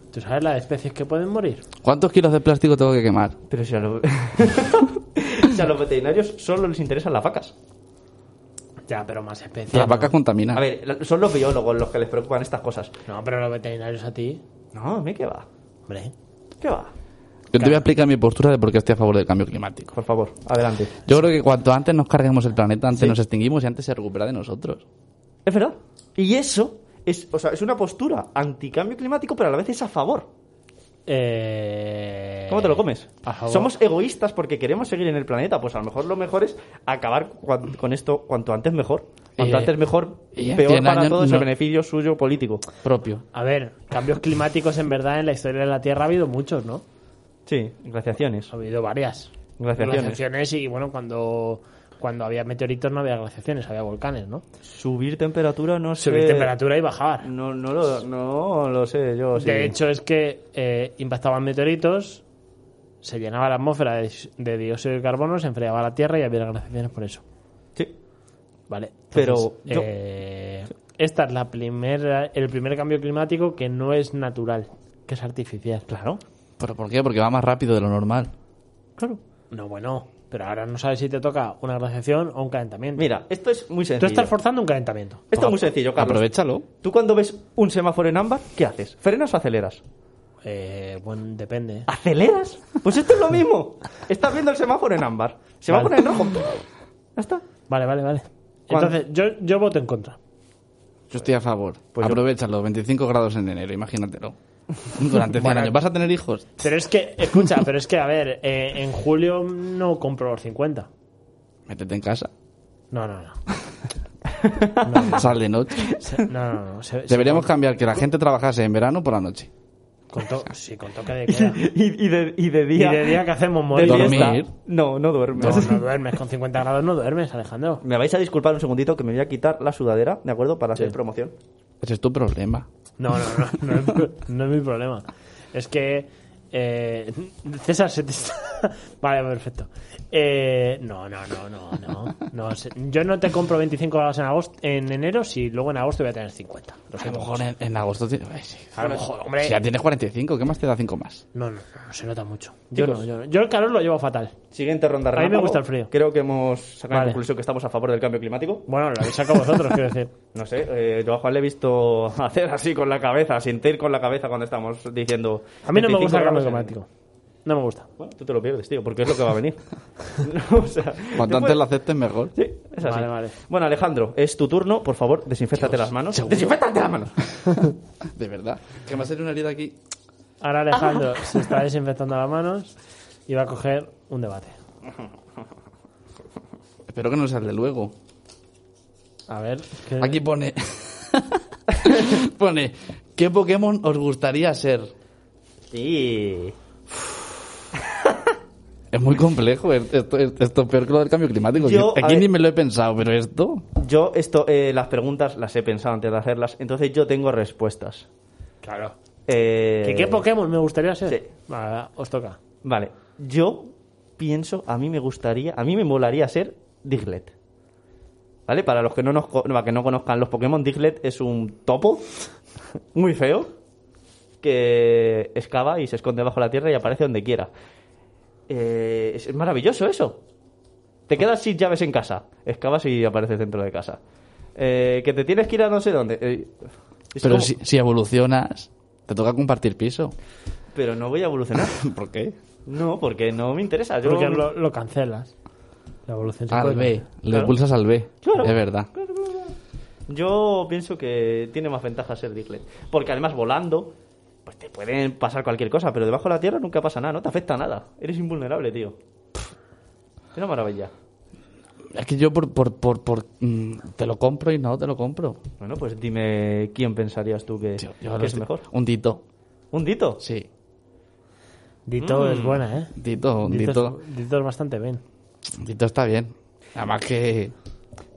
Speaker 2: ¿tú sabes las especies que pueden morir?
Speaker 9: ¿Cuántos kilos de plástico tengo que quemar?
Speaker 3: Pero si a, lo- (laughs) si a los veterinarios solo les interesan las vacas.
Speaker 2: Ya, pero más especies.
Speaker 9: Las
Speaker 2: ¿no?
Speaker 9: vacas contaminan.
Speaker 3: A ver, la- son los biólogos los que les preocupan estas cosas.
Speaker 2: No, pero los veterinarios a ti,
Speaker 3: No, a mí qué va.
Speaker 2: hombre.
Speaker 3: ¿Qué va?
Speaker 9: Yo te voy a explicar mi postura de por qué estoy a favor del cambio climático.
Speaker 3: Por favor, adelante.
Speaker 9: Yo creo que cuanto antes nos carguemos el planeta, antes nos extinguimos y antes se recupera de nosotros.
Speaker 3: Es verdad. Y eso es, o sea, es una postura anticambio climático, pero a la vez es a favor.
Speaker 2: Eh,
Speaker 3: ¿Cómo te lo comes?
Speaker 2: A favor.
Speaker 3: Somos egoístas porque queremos seguir en el planeta. Pues a lo mejor lo mejor es acabar cuan- con esto cuanto antes mejor. Cuanto
Speaker 2: Y, eh,
Speaker 3: antes mejor,
Speaker 9: y en
Speaker 3: peor
Speaker 9: 100
Speaker 3: para
Speaker 9: años
Speaker 3: todos
Speaker 9: no-
Speaker 3: el beneficio suyo político.
Speaker 9: Propio.
Speaker 2: A ver, cambios climáticos en verdad en la historia de la Tierra ha habido muchos, ¿no?
Speaker 3: Sí, glaciaciones.
Speaker 2: Ha habido varias.
Speaker 3: Glaciaciones.
Speaker 2: Glaciaciones y bueno, cuando, cuando había meteoritos no había glaciaciones, había volcanes, ¿no?
Speaker 3: Subir temperatura no sé.
Speaker 2: Subir temperatura y bajar.
Speaker 3: No, no, lo, no lo sé yo. Mm, sí.
Speaker 2: De hecho, es que eh, impactaban meteoritos, se llenaba la atmósfera de, de dióxido de carbono, se enfriaba la Tierra y había glaciaciones por eso.
Speaker 3: Sí.
Speaker 2: Vale.
Speaker 3: Pero
Speaker 2: entonces,
Speaker 3: yo-
Speaker 2: eh, esta es la primera, el primer cambio climático que no es natural, que es artificial.
Speaker 3: Claro,
Speaker 9: ¿Pero por qué? Porque va más rápido de lo normal.
Speaker 3: claro.
Speaker 2: No, bueno, pero ahora no sabes si te toca una glaciación o un calentamiento.
Speaker 3: Mira, esto es muy sencillo.
Speaker 2: Tú estás forzando un calentamiento.
Speaker 3: Esto es muy sencillo, Carlos.
Speaker 9: Aprovechalo.
Speaker 3: Tú cuando ves un semáforo en ámbar, ¿qué haces? ¿Frenas o aceleras?
Speaker 2: Eh, bueno, depende.
Speaker 3: ¿Aceleras? Pues esto es lo mismo. Estás viendo el semáforo en ámbar. Se va a
Speaker 2: Vale.
Speaker 3: poner en rojo. Ya está.
Speaker 2: Vale, vale, vale.
Speaker 3: Cuando-
Speaker 2: Entonces, yo, yo voto en contra.
Speaker 9: Yo estoy a favor.
Speaker 3: Pues yo-
Speaker 9: Aprovechalo. 25 grados en
Speaker 2: (laughs)
Speaker 9: enero, imagínatelo. Durante 100
Speaker 2: Bueno.
Speaker 9: años. ¿Vas a tener hijos?
Speaker 2: Pero es que, escucha, pero es que, a ver, eh, en julio no compro los 50.
Speaker 9: Métete en casa.
Speaker 2: No, no, no.
Speaker 9: Sal
Speaker 2: (laughs)
Speaker 9: de noche.
Speaker 2: Se- no, no, no. Se- se-
Speaker 9: Deberíamos cambiar que la gente trabajase en verano por la noche.
Speaker 2: con to- sí, con toque de
Speaker 3: (laughs)
Speaker 2: queda.
Speaker 3: Y, y de, y de
Speaker 2: Y
Speaker 3: día.
Speaker 2: de día que hacemos
Speaker 3: de
Speaker 2: morir.
Speaker 9: Dormir.
Speaker 3: fiesta. No, no
Speaker 2: No,
Speaker 3: duermes.
Speaker 2: no duermes. Con 50 grados no duermes, Alejandro.
Speaker 3: Me vais a disculpar un segundito que me voy a quitar la sudadera, ¿de acuerdo? Para hacer promoción.
Speaker 9: Ese es tu problema.
Speaker 2: No, no, no. No, es, no es mi problema. Es que. eh, César, se te está. (laughs) vale, perfecto. Eh, no, no, no, no, no. no sé. Yo no te compro 25 grados en, agosto, en enero si luego en agosto voy a tener 50. Lo
Speaker 9: A lo
Speaker 2: siento
Speaker 9: mejor
Speaker 2: mucho.
Speaker 9: en, en agosto. ti- Ay, sí.
Speaker 2: A lo mejor, hombre.
Speaker 9: Si ya tienes 45, ¿qué más te da 5 más?
Speaker 2: No, no, no, no, se nota mucho. Yo
Speaker 3: Chicos.
Speaker 2: no, yo no. Yo el calor lo llevo fatal.
Speaker 3: Siguiente ronda.
Speaker 2: A mí me
Speaker 3: relámpago.
Speaker 2: gusta el frío.
Speaker 3: Creo que hemos sacado
Speaker 2: Vale.
Speaker 3: la conclusión que estamos a favor del cambio climático.
Speaker 2: Bueno, lo habéis sacado vosotros, quiero decir.
Speaker 3: No sé, eh, yo a Juan le he visto (laughs) hacer así con la cabeza, sentir con la cabeza cuando estamos diciendo.
Speaker 2: A mí no me
Speaker 3: 25
Speaker 2: gusta el cambio
Speaker 3: grados en-
Speaker 2: climático. No me gusta.
Speaker 3: Bueno, tú te lo pierdes, tío, porque es lo que va a venir. No, o sea,
Speaker 9: Cuanto
Speaker 3: no
Speaker 9: antes
Speaker 3: puedes-
Speaker 9: lo aceptes,
Speaker 2: (laughs)
Speaker 9: mejor.
Speaker 3: Sí, es así.
Speaker 2: Vale, vale.
Speaker 3: Bueno, Alejandro, es tu turno. Por favor, desinféctate las manos.
Speaker 9: ¡Desinfectate las manos! de verdad. Que me ha salido una herida aquí.
Speaker 2: Ahora Alejandro se está desinfectando las manos y va a coger un debate.
Speaker 9: Espero que no salga luego.
Speaker 2: A ver. ¿qué-
Speaker 9: Aquí pone. (laughs) pone. ¿Qué Pokémon os gustaría ser?
Speaker 3: Sí.
Speaker 9: Es muy complejo. es- Esto, es- esto es peor que lo del cambio climático.
Speaker 3: Yo,
Speaker 9: Aquí-
Speaker 3: a
Speaker 9: aquí
Speaker 3: ver-
Speaker 9: ni me lo he pensado, pero esto.
Speaker 3: Yo esto, eh, las preguntas las he pensado antes de hacerlas, entonces yo tengo respuestas.
Speaker 2: Claro.
Speaker 3: Eh,
Speaker 2: ¿Que ¿Qué Pokémon me gustaría ser?
Speaker 3: Sí.
Speaker 2: Vale, os toca.
Speaker 3: Vale, yo pienso, a mí me gustaría, a mí me molaría ser Diglett. ¿Vale? Para los que no, nos, co- para que no conozcan los Pokémon, Diglett es un topo (laughs) muy feo que excava y se esconde bajo la tierra y aparece donde quiera. Eh, es es maravilloso eso. Te quedas sin llaves en casa, excavas y apareces dentro de casa. Eh, que te tienes que ir a no sé dónde. eh, es
Speaker 9: Pero
Speaker 3: como-
Speaker 9: si, si evolucionas, te toca compartir piso.
Speaker 3: pero no voy a evolucionar.
Speaker 9: (laughs) ¿Por qué?
Speaker 3: No, porque no me interesa. Yo
Speaker 2: Porque lo, lo cancelas. La evolución se
Speaker 9: Al
Speaker 2: puede
Speaker 9: B.
Speaker 2: cancelar.
Speaker 9: Lo
Speaker 3: Claro.
Speaker 9: impulsas al B.
Speaker 3: Claro.
Speaker 9: Es verdad.
Speaker 3: Yo pienso que tiene más ventaja ser Diglett. Porque además volando, pues te pueden pasar cualquier cosa, pero debajo de la tierra nunca pasa nada, no te afecta nada. Eres invulnerable, tío. Es una maravilla.
Speaker 9: Es que yo por, por, por, por, mm, te lo compro y no te lo compro.
Speaker 3: Bueno, pues dime quién pensarías tú que,
Speaker 9: Tío, yo
Speaker 3: que
Speaker 9: ahora
Speaker 3: es
Speaker 9: estoy-
Speaker 3: mejor.
Speaker 9: Un Dito.
Speaker 3: ¿Un dito?
Speaker 9: Sí.
Speaker 2: Dito
Speaker 3: Mm.
Speaker 2: es buena, ¿eh?
Speaker 9: Dito, un
Speaker 2: Dito
Speaker 9: Dito,
Speaker 2: es, Dito es bastante bien.
Speaker 9: Dito está bien. Además que...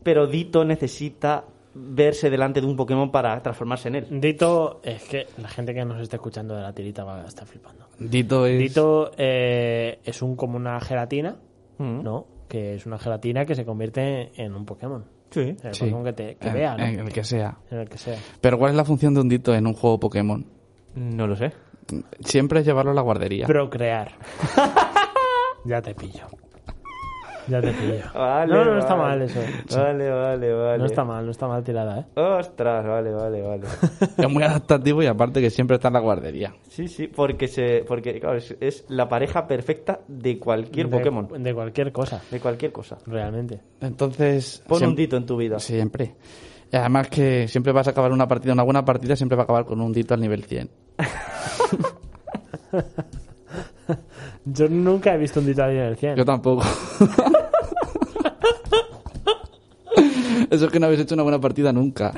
Speaker 3: Pero dito necesita verse delante de un Pokémon para transformarse en él.
Speaker 2: Dito, es que la gente que nos está escuchando de la tirita va a estar flipando.
Speaker 9: Dito es...
Speaker 2: Dito eh, es un como una gelatina,
Speaker 3: Mm.
Speaker 2: ¿no? Que es una gelatina que se convierte en un Pokémon.
Speaker 3: Sí.
Speaker 2: En el
Speaker 9: Sí. Eh,
Speaker 2: Pokémon que, te, que
Speaker 9: En-
Speaker 2: vea, ¿no?
Speaker 9: en el que sea.
Speaker 2: En el que sea.
Speaker 9: Pero ¿cuál es la función de un Dito en un juego Pokémon?
Speaker 3: No lo sé.
Speaker 9: Siempre es llevarlo a la guardería.
Speaker 2: Procrear.
Speaker 9: (laughs)
Speaker 2: ya te pillo. Ya te pillo.
Speaker 3: Vale,
Speaker 2: no, no,
Speaker 3: vale.
Speaker 2: está mal eso.
Speaker 3: Vale, vale, vale.
Speaker 2: No está mal, no está mal tirada, ¿eh?
Speaker 3: Ostras, vale, vale, vale.
Speaker 2: (laughs)
Speaker 9: Es muy adaptativo y aparte que siempre está en la guardería.
Speaker 3: Sí, sí, porque se, porque claro, es, es la pareja perfecta de cualquier
Speaker 2: De-
Speaker 3: Pokémon,
Speaker 2: De cualquier cosa,
Speaker 3: de cualquier cosa.
Speaker 2: realmente.
Speaker 9: Entonces...
Speaker 3: Pon
Speaker 9: siem-
Speaker 3: un dito en tu vida.
Speaker 9: Siempre. Y además que siempre vas a acabar una partida, una buena partida siempre va a acabar con un Dito al nivel 100.
Speaker 2: Yo nunca he visto un Dito en el 100.
Speaker 9: Yo tampoco. (laughs) Eso es que no habéis hecho una buena partida nunca.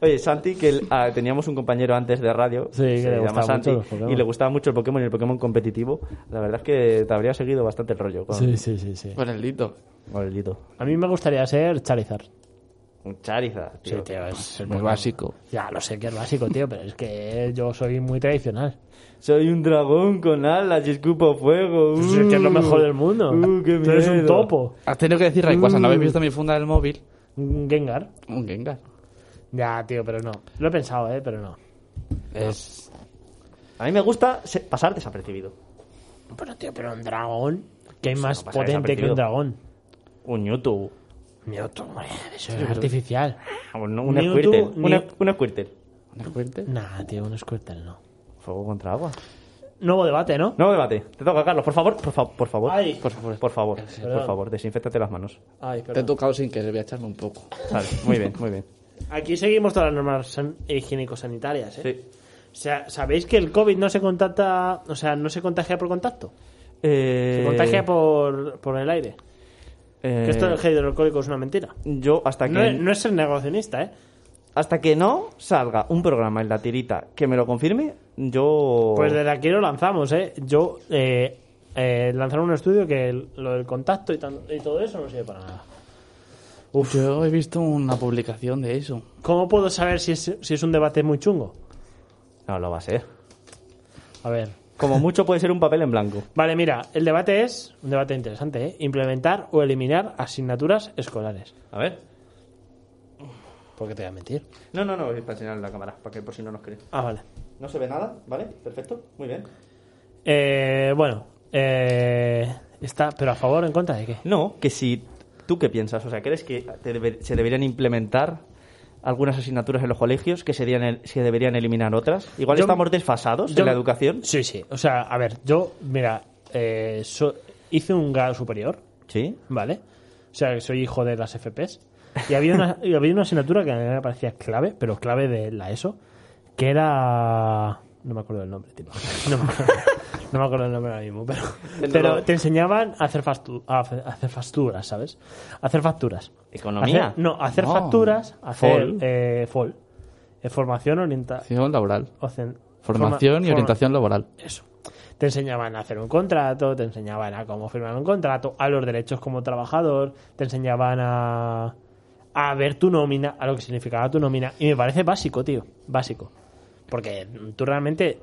Speaker 3: Oye, Santi, que el- ah, teníamos un compañero antes de radio,
Speaker 2: Sí, que
Speaker 3: se
Speaker 2: le
Speaker 3: llama
Speaker 2: gustaban
Speaker 3: Santi,
Speaker 2: mucho los Pokémon.
Speaker 3: y le gustaba mucho el Pokémon y el Pokémon competitivo. La verdad es que te habría seguido bastante el rollo con,
Speaker 2: Sí, sí, sí, sí.
Speaker 9: Con el Dito.
Speaker 3: con el dito.
Speaker 2: A mí me gustaría ser Charizard.
Speaker 3: Un Charizard, tío.
Speaker 2: Sí, tío, es el
Speaker 9: Muy
Speaker 2: Pokémon.
Speaker 9: básico.
Speaker 2: Ya lo sé que es básico, tío, pero es que yo soy muy tradicional.
Speaker 3: Soy un dragón con alas y escupo fuego.
Speaker 2: Pues es que es lo
Speaker 3: uh.
Speaker 2: mejor del mundo.
Speaker 3: Uh, qué
Speaker 2: Tú eres un
Speaker 3: miedo.
Speaker 2: topo.
Speaker 9: Has tenido que decir Rayquaza, ¿no habéis visto mi funda del móvil?
Speaker 2: Un Gengar.
Speaker 9: Un Gengar.
Speaker 2: Ya, tío, pero no. Lo he pensado, eh, pero no.
Speaker 9: Es...
Speaker 3: A mí me gusta se- pasar desapercibido.
Speaker 2: Bueno, tío, pero un dragón. Que hay más
Speaker 3: no pasa
Speaker 2: potente que un
Speaker 3: desapercibido.
Speaker 2: dragón.
Speaker 3: Un Mewtwo.
Speaker 2: Mewtwo, hombre, eso es artificial.
Speaker 3: Un, un
Speaker 2: Mewtwo,
Speaker 3: Squirtle.
Speaker 2: ni-
Speaker 3: Un, un Squirtle.
Speaker 9: ¿Una fuerte?
Speaker 2: Nah, tío, un Squirtle no.
Speaker 3: Fuego contra agua.
Speaker 2: Nuevo debate, ¿no?
Speaker 3: No debate. Te toca, Carlos. Por favor, por, fa- por favor.
Speaker 2: Ay.
Speaker 3: Por favor. Por favor, por favor, desinféctate las manos.
Speaker 2: Ay,
Speaker 9: Te he tocado sin querer, voy a echarme un poco.
Speaker 3: Vale, muy bien, muy bien.
Speaker 2: Aquí seguimos todas las normas san- eh, higiénico-sanitarias, ¿eh?
Speaker 3: (laughs) Sí.
Speaker 2: O sea, ¿sabéis que el COVID no se contacta, o sea, no se contagia por contacto?
Speaker 3: Eh,
Speaker 2: Se contagia por, por el aire.
Speaker 3: eh,
Speaker 2: Que esto del gel hidroalcohólico es una mentira.
Speaker 3: Yo, hasta que,
Speaker 2: No, es- no es ser negacionista, ¿eh?
Speaker 3: hasta que no salga un programa en la tirita que me lo confirme, yo.
Speaker 2: Pues desde aquí lo lanzamos, ¿eh? Yo eh, eh, lanzaron un estudio que el- lo del contacto y, tan- y todo eso no sirve para nada.
Speaker 9: Uf. Yo he visto una publicación de eso.
Speaker 2: ¿Cómo puedo saber si es, si es un debate muy chungo?
Speaker 3: No lo va a ser.
Speaker 2: A ver.
Speaker 3: Como mucho puede ser un papel en blanco.
Speaker 2: Vale, mira, el debate es un debate interesante, ¿eh? Implementar o eliminar asignaturas escolares.
Speaker 3: A ver.
Speaker 2: Porque te voy a mentir.
Speaker 3: No, no, no, es para enseñar en la cámara, para que por si no nos creen.
Speaker 2: Ah, vale.
Speaker 3: No se ve nada, ¿vale? Perfecto, muy bien.
Speaker 2: Eh, bueno, eh, está, pero a favor o en contra de qué?
Speaker 3: No, que si tú qué piensas, o sea, ¿crees que te debe- se deberían implementar algunas asignaturas en los colegios, que se, dieran el- se deberían eliminar otras? Igual
Speaker 2: Yo-
Speaker 3: estamos desfasados
Speaker 2: Yo-
Speaker 3: en la educación.
Speaker 2: Sí, sí. O sea, a ver, yo, mira, eh, so- hice un grado superior,
Speaker 3: Sí.
Speaker 2: ¿vale? O sea, que soy hijo de las FPs. Y había una, y había una asignatura que a mí me parecía clave, pero clave de la ESO, que era... No me acuerdo del nombre, tío. No me acuerdo, no me acuerdo del nombre ahora mismo, pero, pero te enseñaban a hacer, fastu- a hacer- a hacer facturas, ¿sabes? A hacer facturas.
Speaker 3: Economía.
Speaker 2: Hacer- no, hacer
Speaker 9: No.
Speaker 2: facturas, hacer
Speaker 9: Fol.
Speaker 2: eh, FOL. Eh, formación orientada.
Speaker 9: Formación laboral. Formación
Speaker 2: Formación
Speaker 9: y orientación laboral.
Speaker 2: eso. Te enseñaban a hacer un contrato, te enseñaban a cómo firmar un contrato, a los derechos como trabajador, te enseñaban a, a ver tu nómina, a lo que significaba tu nómina. Y me parece básico, tío, básico. Porque tú realmente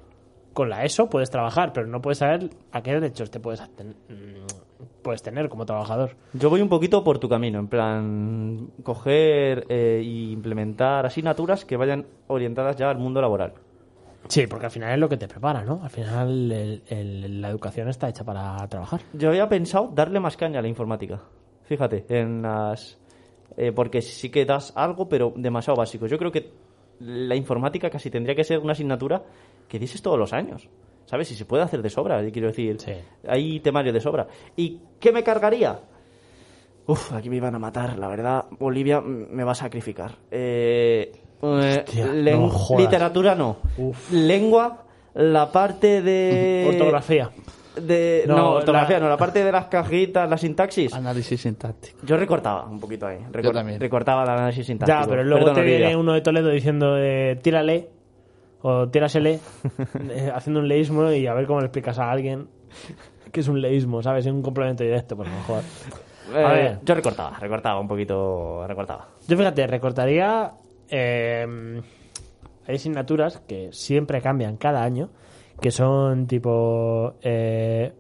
Speaker 2: con la ESO puedes trabajar, pero no puedes saber a qué derechos te puedes, aten- mm, puedes tener como trabajador.
Speaker 3: Yo voy un poquito por tu camino, en plan, coger eh, e implementar asignaturas que vayan orientadas ya al mundo laboral.
Speaker 2: Sí, porque al final es lo que te prepara, ¿no? Al final el- el- la educación está hecha para trabajar.
Speaker 3: Yo había pensado darle más caña a la informática. Fíjate, en las. eh, porque sí que das algo, pero demasiado básico. Yo creo que la informática casi tendría que ser una asignatura que dices todos los años. ¿Sabes? Y se puede hacer de sobra, quiero decir.
Speaker 2: Sí.
Speaker 3: Hay temario de sobra. ¿Y qué me cargaría? Uf, aquí me iban a matar, la verdad. Bolivia mm, me va a sacrificar. Eh, eh, len-
Speaker 2: no jodas.
Speaker 3: literatura no.
Speaker 2: Uf.
Speaker 3: Lengua, la parte de.
Speaker 2: (laughs) Ortografía.
Speaker 3: De,
Speaker 2: No,
Speaker 3: no, ortografía,
Speaker 2: la- Ah,
Speaker 3: no, la parte de las cajitas, la sintaxis.
Speaker 9: Análisis sintáctico.
Speaker 3: Yo recortaba un poquito ahí. recor-
Speaker 9: Yo también.
Speaker 3: Recortaba el análisis sintáctico.
Speaker 2: Ya, pero luego
Speaker 3: Perdón,
Speaker 2: te viene
Speaker 3: Olivia.
Speaker 2: uno de Toledo diciendo eh, tírale o tírasele, eh, haciendo un leísmo y a ver cómo le explicas a alguien que es un leísmo, ¿sabes? Es un complemento directo, por lo mejor.
Speaker 3: Eh,
Speaker 2: A ver.
Speaker 3: Yo recortaba, recortaba un poquito. Recortaba.
Speaker 2: Yo fíjate, recortaría. eh, hay asignaturas que siempre cambian cada año, que son tipo. Eh,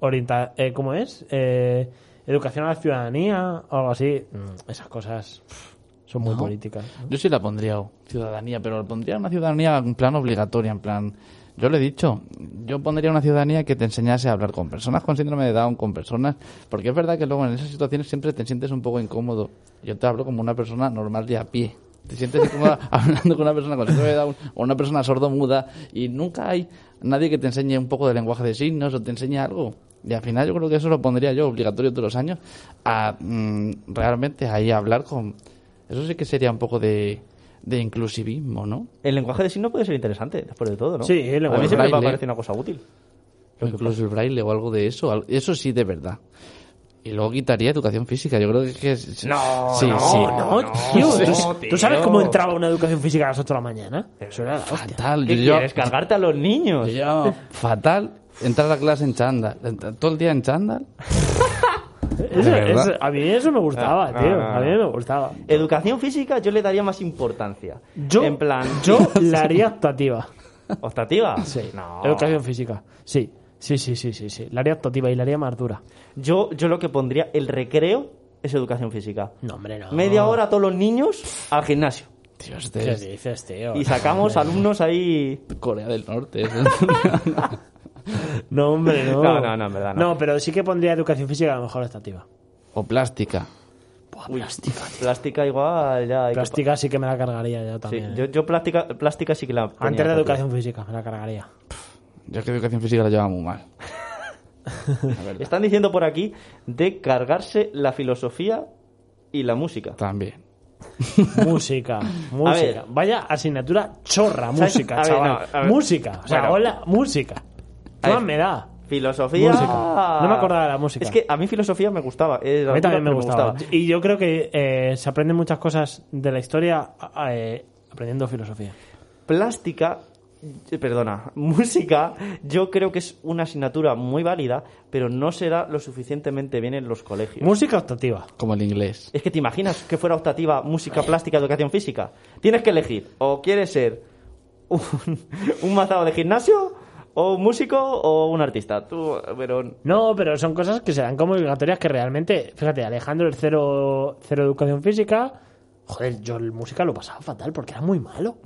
Speaker 2: orienta eh, ¿Cómo es? Eh, educación a la ciudadanía o algo así. Mm, Esas cosas pff, son muy
Speaker 9: No.
Speaker 2: políticas. ¿no?
Speaker 9: Yo sí la pondría oh, ciudadanía, pero pondría una ciudadanía en plan obligatoria, en plan... Yo le he dicho, yo pondría una ciudadanía que te enseñase a hablar con personas con síndrome de Down, con personas, porque es verdad que luego en esas situaciones siempre te sientes un poco incómodo. Yo te hablo como una persona normal de a pie. Te sientes incómoda hablando con una persona con síndrome de Down o una persona sordo-muda y nunca hay nadie que te enseñe un poco de lenguaje de signos o te enseñe algo. Y al final yo creo que eso lo pondría yo obligatorio todos los años a mm, realmente ahí hablar con... Eso sí que sería un poco de, de inclusivismo, ¿no?
Speaker 3: El lenguaje de signos puede ser interesante, después de todo, ¿no?
Speaker 2: Sí, el
Speaker 3: A
Speaker 2: lenguaje
Speaker 3: mí siempre me
Speaker 9: braille.
Speaker 3: parece una cosa útil.
Speaker 9: O incluso el braille o algo de eso. al- Eso sí, de verdad. Y luego quitaría educación física. Yo creo que es... que es-
Speaker 3: No,
Speaker 9: sí,
Speaker 3: no,
Speaker 9: sí.
Speaker 2: No,
Speaker 3: Oh, no,
Speaker 2: Oh, tío,
Speaker 3: no,
Speaker 2: ¿tú, tú sabes
Speaker 3: tío.
Speaker 2: cómo entraba una educación física a las 8 de la mañana? Eso era la hostia.
Speaker 9: Fatal.
Speaker 3: ¿Qué
Speaker 9: Yo,
Speaker 3: quieres? ¿Cargarte a los niños?
Speaker 9: yo- fatal. Entrar a la clase en chándal. Ent- Todo el día en chándal.
Speaker 2: Eso-
Speaker 9: De verdad.
Speaker 2: eso- a mí eso me gustaba,
Speaker 3: No, no,
Speaker 2: tío.
Speaker 3: no,
Speaker 2: A mí
Speaker 3: no.
Speaker 2: me gustaba.
Speaker 3: Educación física yo le daría más importancia.
Speaker 2: Yo,
Speaker 3: En plan... (laughs)
Speaker 2: yo la haría optativa.
Speaker 3: ¿Optativa?
Speaker 2: Sí.
Speaker 3: No.
Speaker 2: Educación física. Sí. Sí, sí, sí, sí, sí. La haría optativa y la haría más dura.
Speaker 3: Yo, yo lo que pondría... El recreo es educación física.
Speaker 2: No, hombre, no.
Speaker 3: Media hora todos los niños al gimnasio.
Speaker 9: Dios,
Speaker 2: ¿Qué
Speaker 9: de
Speaker 2: dices, tío? (laughs)
Speaker 3: Y sacamos
Speaker 2: Hombre.
Speaker 3: alumnos ahí...
Speaker 9: Corea del Norte.
Speaker 2: No, hombre, no.
Speaker 3: No, no, no, en verdad no.
Speaker 2: No, pero sí que pondría educación física a lo mejor optativa.
Speaker 9: (laughs) o plástica.
Speaker 2: Buah, plástica.
Speaker 3: Plástica igual, ya... hay que-
Speaker 2: Plástica sí que me la cargaría yo
Speaker 3: Sí,
Speaker 2: también.
Speaker 3: yo,
Speaker 2: eh.
Speaker 3: yo plástica, plástica sí que la... ponía
Speaker 2: Antes de
Speaker 3: optativa.
Speaker 2: educación física me la cargaría.
Speaker 9: Yo es que educación física la llevaba muy mal.
Speaker 3: Están diciendo por aquí de cargarse la filosofía y la música.
Speaker 9: También.
Speaker 3: (laughs)
Speaker 2: Música, música.
Speaker 3: ver.
Speaker 2: Vaya asignatura chorra,
Speaker 3: ¿Sabes?
Speaker 2: música,
Speaker 3: A ver,
Speaker 2: chaval.
Speaker 3: no, a ver.
Speaker 2: música, o sea,
Speaker 3: Bueno.
Speaker 2: hola, música.
Speaker 3: A
Speaker 2: ¿Qué
Speaker 3: ver.
Speaker 2: más me da?
Speaker 3: Filosofía.
Speaker 2: Música. No me acordaba de la música.
Speaker 3: Es que a mí filosofía me gustaba. eh,
Speaker 2: A mí también me
Speaker 3: pero
Speaker 2: gustaba. Y yo creo que eh, se aprenden muchas cosas de la historia eh, aprendiendo filosofía.
Speaker 3: Plástica, eh, perdona, (laughs) música, yo creo que es una asignatura muy válida, pero no será lo suficientemente bien en los colegios.
Speaker 2: Música optativa.
Speaker 9: Como el inglés.
Speaker 3: es que te imaginas que fuera optativa música plástica, educación (laughs) física. Tienes que elegir, o quieres ser un, un matado de gimnasio o O un músico o un artista. Tú, pero
Speaker 2: No, pero son cosas que se dan como obligatorias que realmente, fíjate, Alejandro el cero, cero educación física, joder, yo el música lo pasaba fatal porque era muy malo.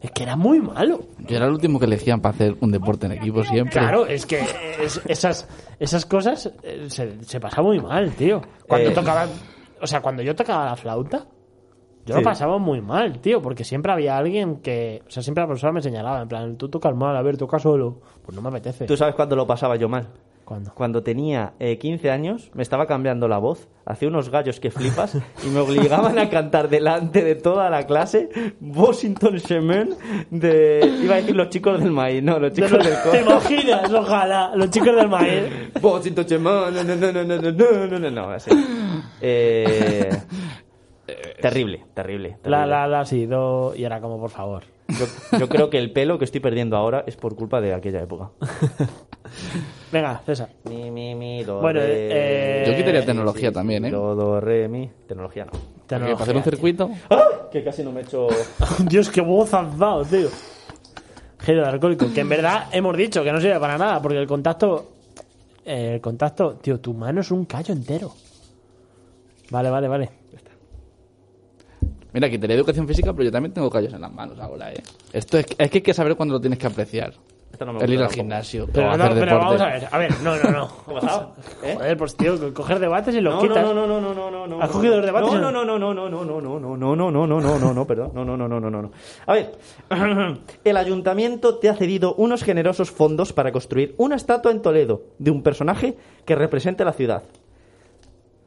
Speaker 2: Es que era muy malo.
Speaker 9: Yo era el último que elegían para hacer un deporte en equipo siempre.
Speaker 2: Claro, es que es- esas, esas cosas eh, se, se pasaba muy mal, tío. Cuando
Speaker 3: Eh.
Speaker 2: tocaba, o sea, cuando yo tocaba la flauta, yo lo
Speaker 3: Sí.
Speaker 2: pasaba muy mal, tío, porque siempre había alguien que, o sea, siempre la profesora me señalaba, en plan, tú tocas mal, a ver, toca solo. Pues no me apetece.
Speaker 3: tú sabes cuándo lo pasaba yo mal.
Speaker 2: ¿Cuándo?
Speaker 3: Cuando tenía eh, 15 años, me estaba cambiando la voz, hacía unos gallos que flipas y me obligaban a cantar delante de toda la clase Washington Shemen de. Iba a decir los chicos del maíz, no, los
Speaker 2: (laughs)
Speaker 3: chicos del
Speaker 2: ¿Te
Speaker 3: coro.
Speaker 2: imaginas? Ojalá, los chicos del maíz.
Speaker 3: Washington Shemen, no, no, no, no, no, no, no, no, no, así. Eh, terrible, terrible. terrible.
Speaker 2: La, la, la, sí, do, y era como, por favor.
Speaker 3: Yo, yo creo que el pelo que estoy perdiendo ahora es por culpa de
Speaker 2: (laughs)
Speaker 3: aquella época.
Speaker 2: Venga, César.
Speaker 3: Mi, mi, mi, do,
Speaker 2: Bueno, eh,
Speaker 3: re,
Speaker 9: Yo quitaría tecnología también, ¿eh?
Speaker 3: Do, do, re, mi. Tecnología no.
Speaker 9: Porque
Speaker 2: tecnología,
Speaker 9: para hacer un
Speaker 2: tío.
Speaker 9: circuito.
Speaker 3: ¡Ah! Que casi no me he hecho.
Speaker 2: (laughs) Dios, qué voz has dado, tío. Giro de alcohólico. Que en verdad hemos dicho que no sirve para nada, porque el contacto. eh, el contacto. Tío, tu mano es un callo entero. Vale, vale, vale.
Speaker 9: Mira, quitaría educación física, pero yo también tengo callos en las manos ahora, ¿eh? Esto es, es que hay que saber cuándo lo tienes que apreciar.
Speaker 3: Esto no me
Speaker 9: el ir
Speaker 3: gusta
Speaker 9: al
Speaker 3: tampoco.
Speaker 9: gimnasio,
Speaker 2: Pero,
Speaker 9: o
Speaker 2: no,
Speaker 9: hacer
Speaker 2: pero
Speaker 9: deporte.
Speaker 2: vamos a ver. A ver, no, no, (laughs) no.
Speaker 3: ¿Cómo ha pasado? ¿Eh?
Speaker 2: Joder, pues tío, coger debates y los
Speaker 3: No,
Speaker 2: quitas.
Speaker 3: no, no, no, no, no, no, no.
Speaker 2: ¿Has cogido los debates?
Speaker 3: No, no, no, no, no, no, no, no, no, no, no, no, no, no, no, no, perdón. No, no, no, no, no, no, no. A ver, (clears throat) el ayuntamiento te ha cedido unos generosos fondos para construir una estatua en Toledo de un personaje que represente la ciudad.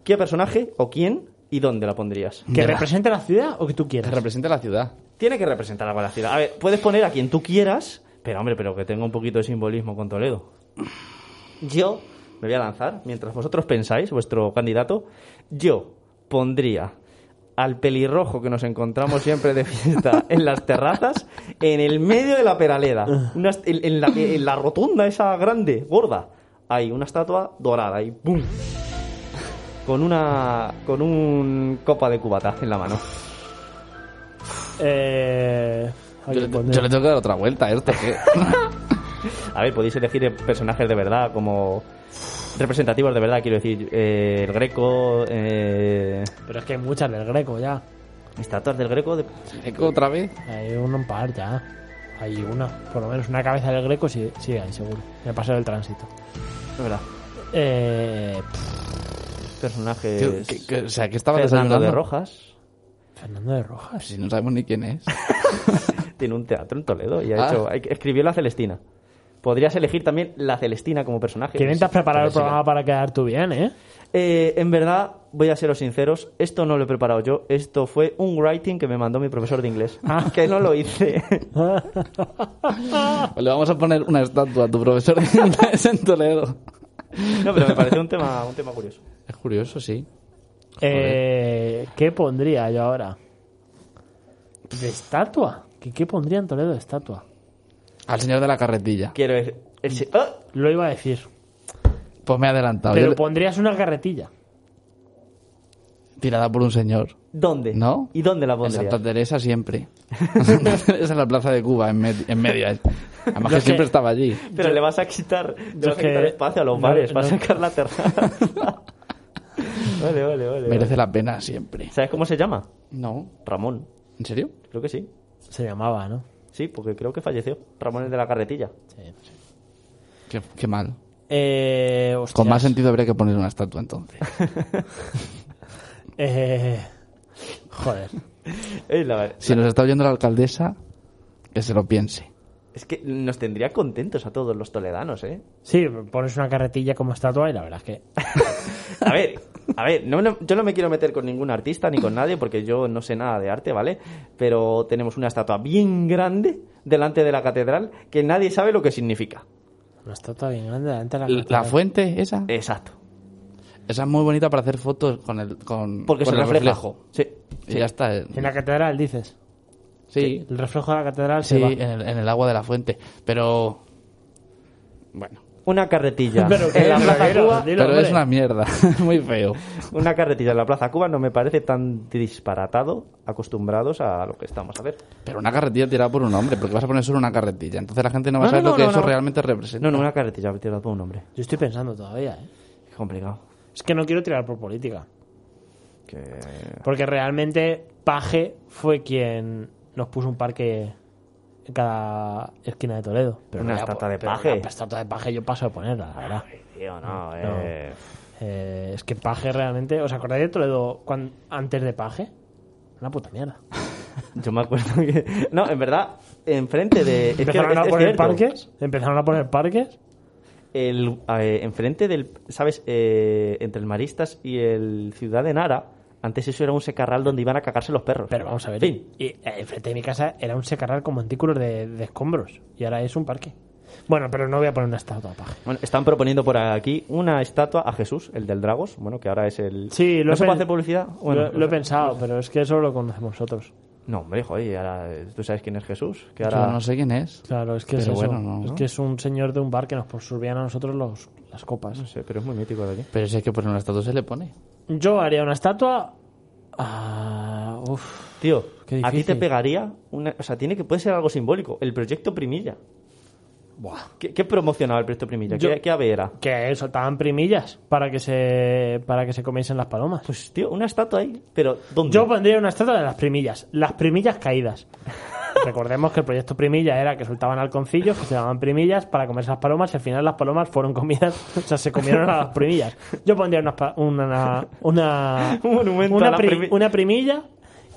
Speaker 3: ¿Qué personaje o quién y dónde la pondrías?
Speaker 2: ¿Que
Speaker 9: Mira.
Speaker 2: represente la ciudad o que tú
Speaker 9: Que
Speaker 2: quieras?
Speaker 9: represente la ciudad.
Speaker 3: Tiene que representar algo a la ciudad. A ver, puedes poner a quien tú quieras, pero hombre, pero que tenga un poquito de simbolismo con Toledo. Yo me voy a lanzar, mientras vosotros pensáis, vuestro candidato, yo pondría al pelirrojo que nos encontramos siempre de fiesta en las terrazas, en el medio de la peraleda, Una est- en, en la, en la rotonda esa grande, gorda, hay una estatua dorada y ¡pum! Con una, con un copa de cubata en la mano.
Speaker 2: Eh. hay
Speaker 9: Yo
Speaker 2: que
Speaker 9: le,
Speaker 3: pues,
Speaker 2: poner-
Speaker 9: yo le tengo que dar otra vuelta a esto, que
Speaker 3: (laughs) A ver, podéis elegir personajes de verdad, como representativos de verdad, quiero decir, eh, el Greco, eh,
Speaker 2: Pero es que hay muchas del Greco ya.
Speaker 3: estatuas del Greco, de-
Speaker 9: otra vez.
Speaker 2: Hay un par ya. Hay una, por lo menos una cabeza del Greco sí, sí hay, seguro. Me pasó del tránsito.
Speaker 3: de verdad,
Speaker 2: Eh, pff,
Speaker 3: personajes.
Speaker 9: Tío, que- que- o sea, que estaba
Speaker 3: Fernando
Speaker 9: desayunando.
Speaker 3: de Rojas
Speaker 2: Fernando de Rojas.
Speaker 9: Si no sabemos ni quién es. (laughs)
Speaker 3: tiene un teatro en Toledo y ha
Speaker 9: Ah.
Speaker 3: hecho, escribió la Celestina. Podrías elegir también la Celestina como personaje.
Speaker 2: Que intentas preparar el
Speaker 9: sí, sí.
Speaker 2: programa para quedar tú bien, ¿eh?
Speaker 3: Eh, en verdad, voy a seros sinceros, esto no lo he preparado yo, esto fue un writing que me mandó mi profesor de inglés,
Speaker 2: Ah.
Speaker 3: que no lo hice. (laughs)
Speaker 9: Pues Le vamos a poner una estatua a tu profesor de inglés en Toledo.
Speaker 3: no, pero me pareció un tema, un tema curioso.
Speaker 9: Es curioso, sí.
Speaker 2: Eh, ¿Qué pondría yo ahora? ¿De estatua? ¿Qué, qué pondría en Toledo de estatua?
Speaker 9: Al señor de la carretilla.
Speaker 3: Quiero decir... el
Speaker 2: Mm.
Speaker 3: se- ¡Ah!
Speaker 2: Lo iba a decir.
Speaker 9: Pues me he adelantado.
Speaker 2: Pero
Speaker 9: Yo le-
Speaker 2: pondrías una carretilla.
Speaker 9: Tirada por un señor.
Speaker 3: ¿Dónde?
Speaker 9: ¿No?
Speaker 3: ¿Y dónde la
Speaker 9: En
Speaker 3: pondrías?
Speaker 9: Santa Teresa siempre. Santa Teresa en la plaza de Cuba, en, med- en medio. Además que
Speaker 2: Los que-
Speaker 9: siempre estaba allí.
Speaker 3: Pero le vas a quitar, le
Speaker 2: yo
Speaker 3: vas a
Speaker 2: que-
Speaker 3: quitar espacio a los
Speaker 2: no,
Speaker 3: bares para
Speaker 2: no.
Speaker 3: sacar la (laughs) terraza. vale, vale, vale.
Speaker 9: Merece la pena siempre.
Speaker 3: ¿Sabes cómo se llama?
Speaker 9: No.
Speaker 3: Ramón.
Speaker 9: ¿En serio?
Speaker 3: Creo que sí.
Speaker 2: Se llamaba, ¿no?
Speaker 3: Sí, porque creo que falleció. Ramón es de la carretilla.
Speaker 9: Qué, qué mal.
Speaker 2: Eh,
Speaker 9: Con
Speaker 2: hostias.
Speaker 9: más sentido habría que poner una estatua entonces.
Speaker 2: Eh, joder.
Speaker 3: Es, la-
Speaker 9: Si nos está oyendo la alcaldesa, que se lo piense.
Speaker 3: es que nos tendría contentos a todos los toledanos, ¿eh?
Speaker 2: Sí, pones una carretilla como estatua y la verdad es que
Speaker 3: A ver, a ver, no, no- yo no me quiero meter con ningún artista ni con nadie porque yo no sé nada de arte, ¿vale? Pero tenemos una estatua bien grande delante de la catedral que nadie sabe lo que significa.
Speaker 2: Una estatua bien grande delante de la
Speaker 9: L- La fuente, esa.
Speaker 3: Exacto.
Speaker 9: Esa es muy bonita para hacer fotos con el, con,
Speaker 3: Porque
Speaker 9: con
Speaker 3: se
Speaker 9: el
Speaker 3: refleja.
Speaker 9: reflejo.
Speaker 3: Sí.
Speaker 9: Y ya está. eh.
Speaker 2: En la catedral, dices.
Speaker 9: Sí,
Speaker 2: El reflejo de la catedral
Speaker 9: sí, eh,
Speaker 2: se va.
Speaker 9: en el, en el agua de la fuente. Pero. Bueno.
Speaker 3: una carretilla
Speaker 2: (laughs) Pero que
Speaker 3: en la
Speaker 2: es
Speaker 3: Plaza
Speaker 2: verdadero,
Speaker 3: Cuba.
Speaker 2: dilo,
Speaker 9: Pero
Speaker 2: hombre.
Speaker 9: es una mierda, (laughs) muy feo.
Speaker 3: Una carretilla en la Plaza Cuba no me parece tan disparatado acostumbrados a lo que estamos a ver.
Speaker 9: Pero una carretilla tirada por un hombre, porque vas a poner solo una carretilla. Entonces la gente no va
Speaker 3: No,
Speaker 9: a saber
Speaker 3: no,
Speaker 9: lo que
Speaker 3: no,
Speaker 9: eso
Speaker 3: no.
Speaker 9: realmente representa.
Speaker 3: No, no, una carretilla tirada por un hombre.
Speaker 2: Yo estoy pensando todavía, ¿eh?
Speaker 3: Es complicado.
Speaker 2: Es que no quiero tirar por política.
Speaker 3: Que...
Speaker 2: Porque realmente Paje fue quien nos puso un parque en cada esquina de Toledo.
Speaker 3: Una
Speaker 2: voy a
Speaker 3: estatua
Speaker 2: po-
Speaker 3: de
Speaker 2: pero
Speaker 3: Paje.
Speaker 2: Una estatua de Paje yo paso de ponerla, la verdad.
Speaker 3: Tío, no,
Speaker 2: No.
Speaker 3: eh.
Speaker 2: Eh, es que Paje realmente... ¿Os acordáis de Toledo cuan- antes de Paje? Una puta mierda.
Speaker 3: Yo me acuerdo que. No, en verdad, enfrente de. es que
Speaker 2: Empezaron
Speaker 3: es-
Speaker 2: a
Speaker 3: es
Speaker 2: poner
Speaker 3: cierto.
Speaker 2: parques. Empezaron a poner parques.
Speaker 3: El, eh, enfrente del. ¿Sabes? Eh, entre el Maristas y el Ciudad de Nara, antes eso era un secarral donde iban a cagarse los perros.
Speaker 2: Pero vamos a ver.
Speaker 3: Fin.
Speaker 2: Y, eh, enfrente de mi casa era un secarral con montículos de, de escombros. Y ahora es un parque. Bueno, pero no voy a poner una estatua a Paje.
Speaker 3: Bueno, están proponiendo por aquí una estatua a Jesús, el del Dragos, bueno, que ahora es el.
Speaker 2: Sí, lo
Speaker 3: ¿No
Speaker 2: he
Speaker 3: se
Speaker 2: pen-
Speaker 3: puede hacer publicidad? Bueno,
Speaker 2: lo, lo he pensado, pero es que eso lo conocemos nosotros.
Speaker 3: No, hombre, joder, y ahora, eh, tú sabes quién es Jesús, que ahora.
Speaker 9: Yo no sé quién es.
Speaker 2: Claro, es que es
Speaker 9: Pero
Speaker 2: eso.
Speaker 9: bueno, no,
Speaker 2: Es
Speaker 9: ¿no?
Speaker 2: que es un señor de un bar que nos servían a nosotros los, las copas.
Speaker 3: No sé, pero es muy mítico de aquí.
Speaker 9: Pero si hay que poner una estatua, se le pone.
Speaker 2: Yo haría una estatua. Ah, uf.
Speaker 3: Tío,
Speaker 2: Qué
Speaker 3: a ti te
Speaker 2: difícil.
Speaker 3: pegaría una. O sea, tiene que puede ser algo simbólico. El proyecto Primilla. ¿Qué, qué promocionaba el proyecto Primilla?
Speaker 2: Yo-
Speaker 3: ¿Qué, qué ave era?
Speaker 2: Que soltaban primillas para que se para que se comiesen las palomas.
Speaker 3: Pues, tío, una estatua ahí. Pero, ¿dónde?
Speaker 2: Yo pondría una estatua de las primillas. Las primillas caídas. Recordemos que el proyecto Primilla era que soltaban halconcillos que se llamaban primillas para comerse las palomas y al final las palomas fueron comidas, o sea, se comieron a las primillas. Yo pondría una, espa- una, una,
Speaker 3: Un monumento a
Speaker 2: una,
Speaker 3: las
Speaker 2: pri-
Speaker 3: primi-
Speaker 2: una primilla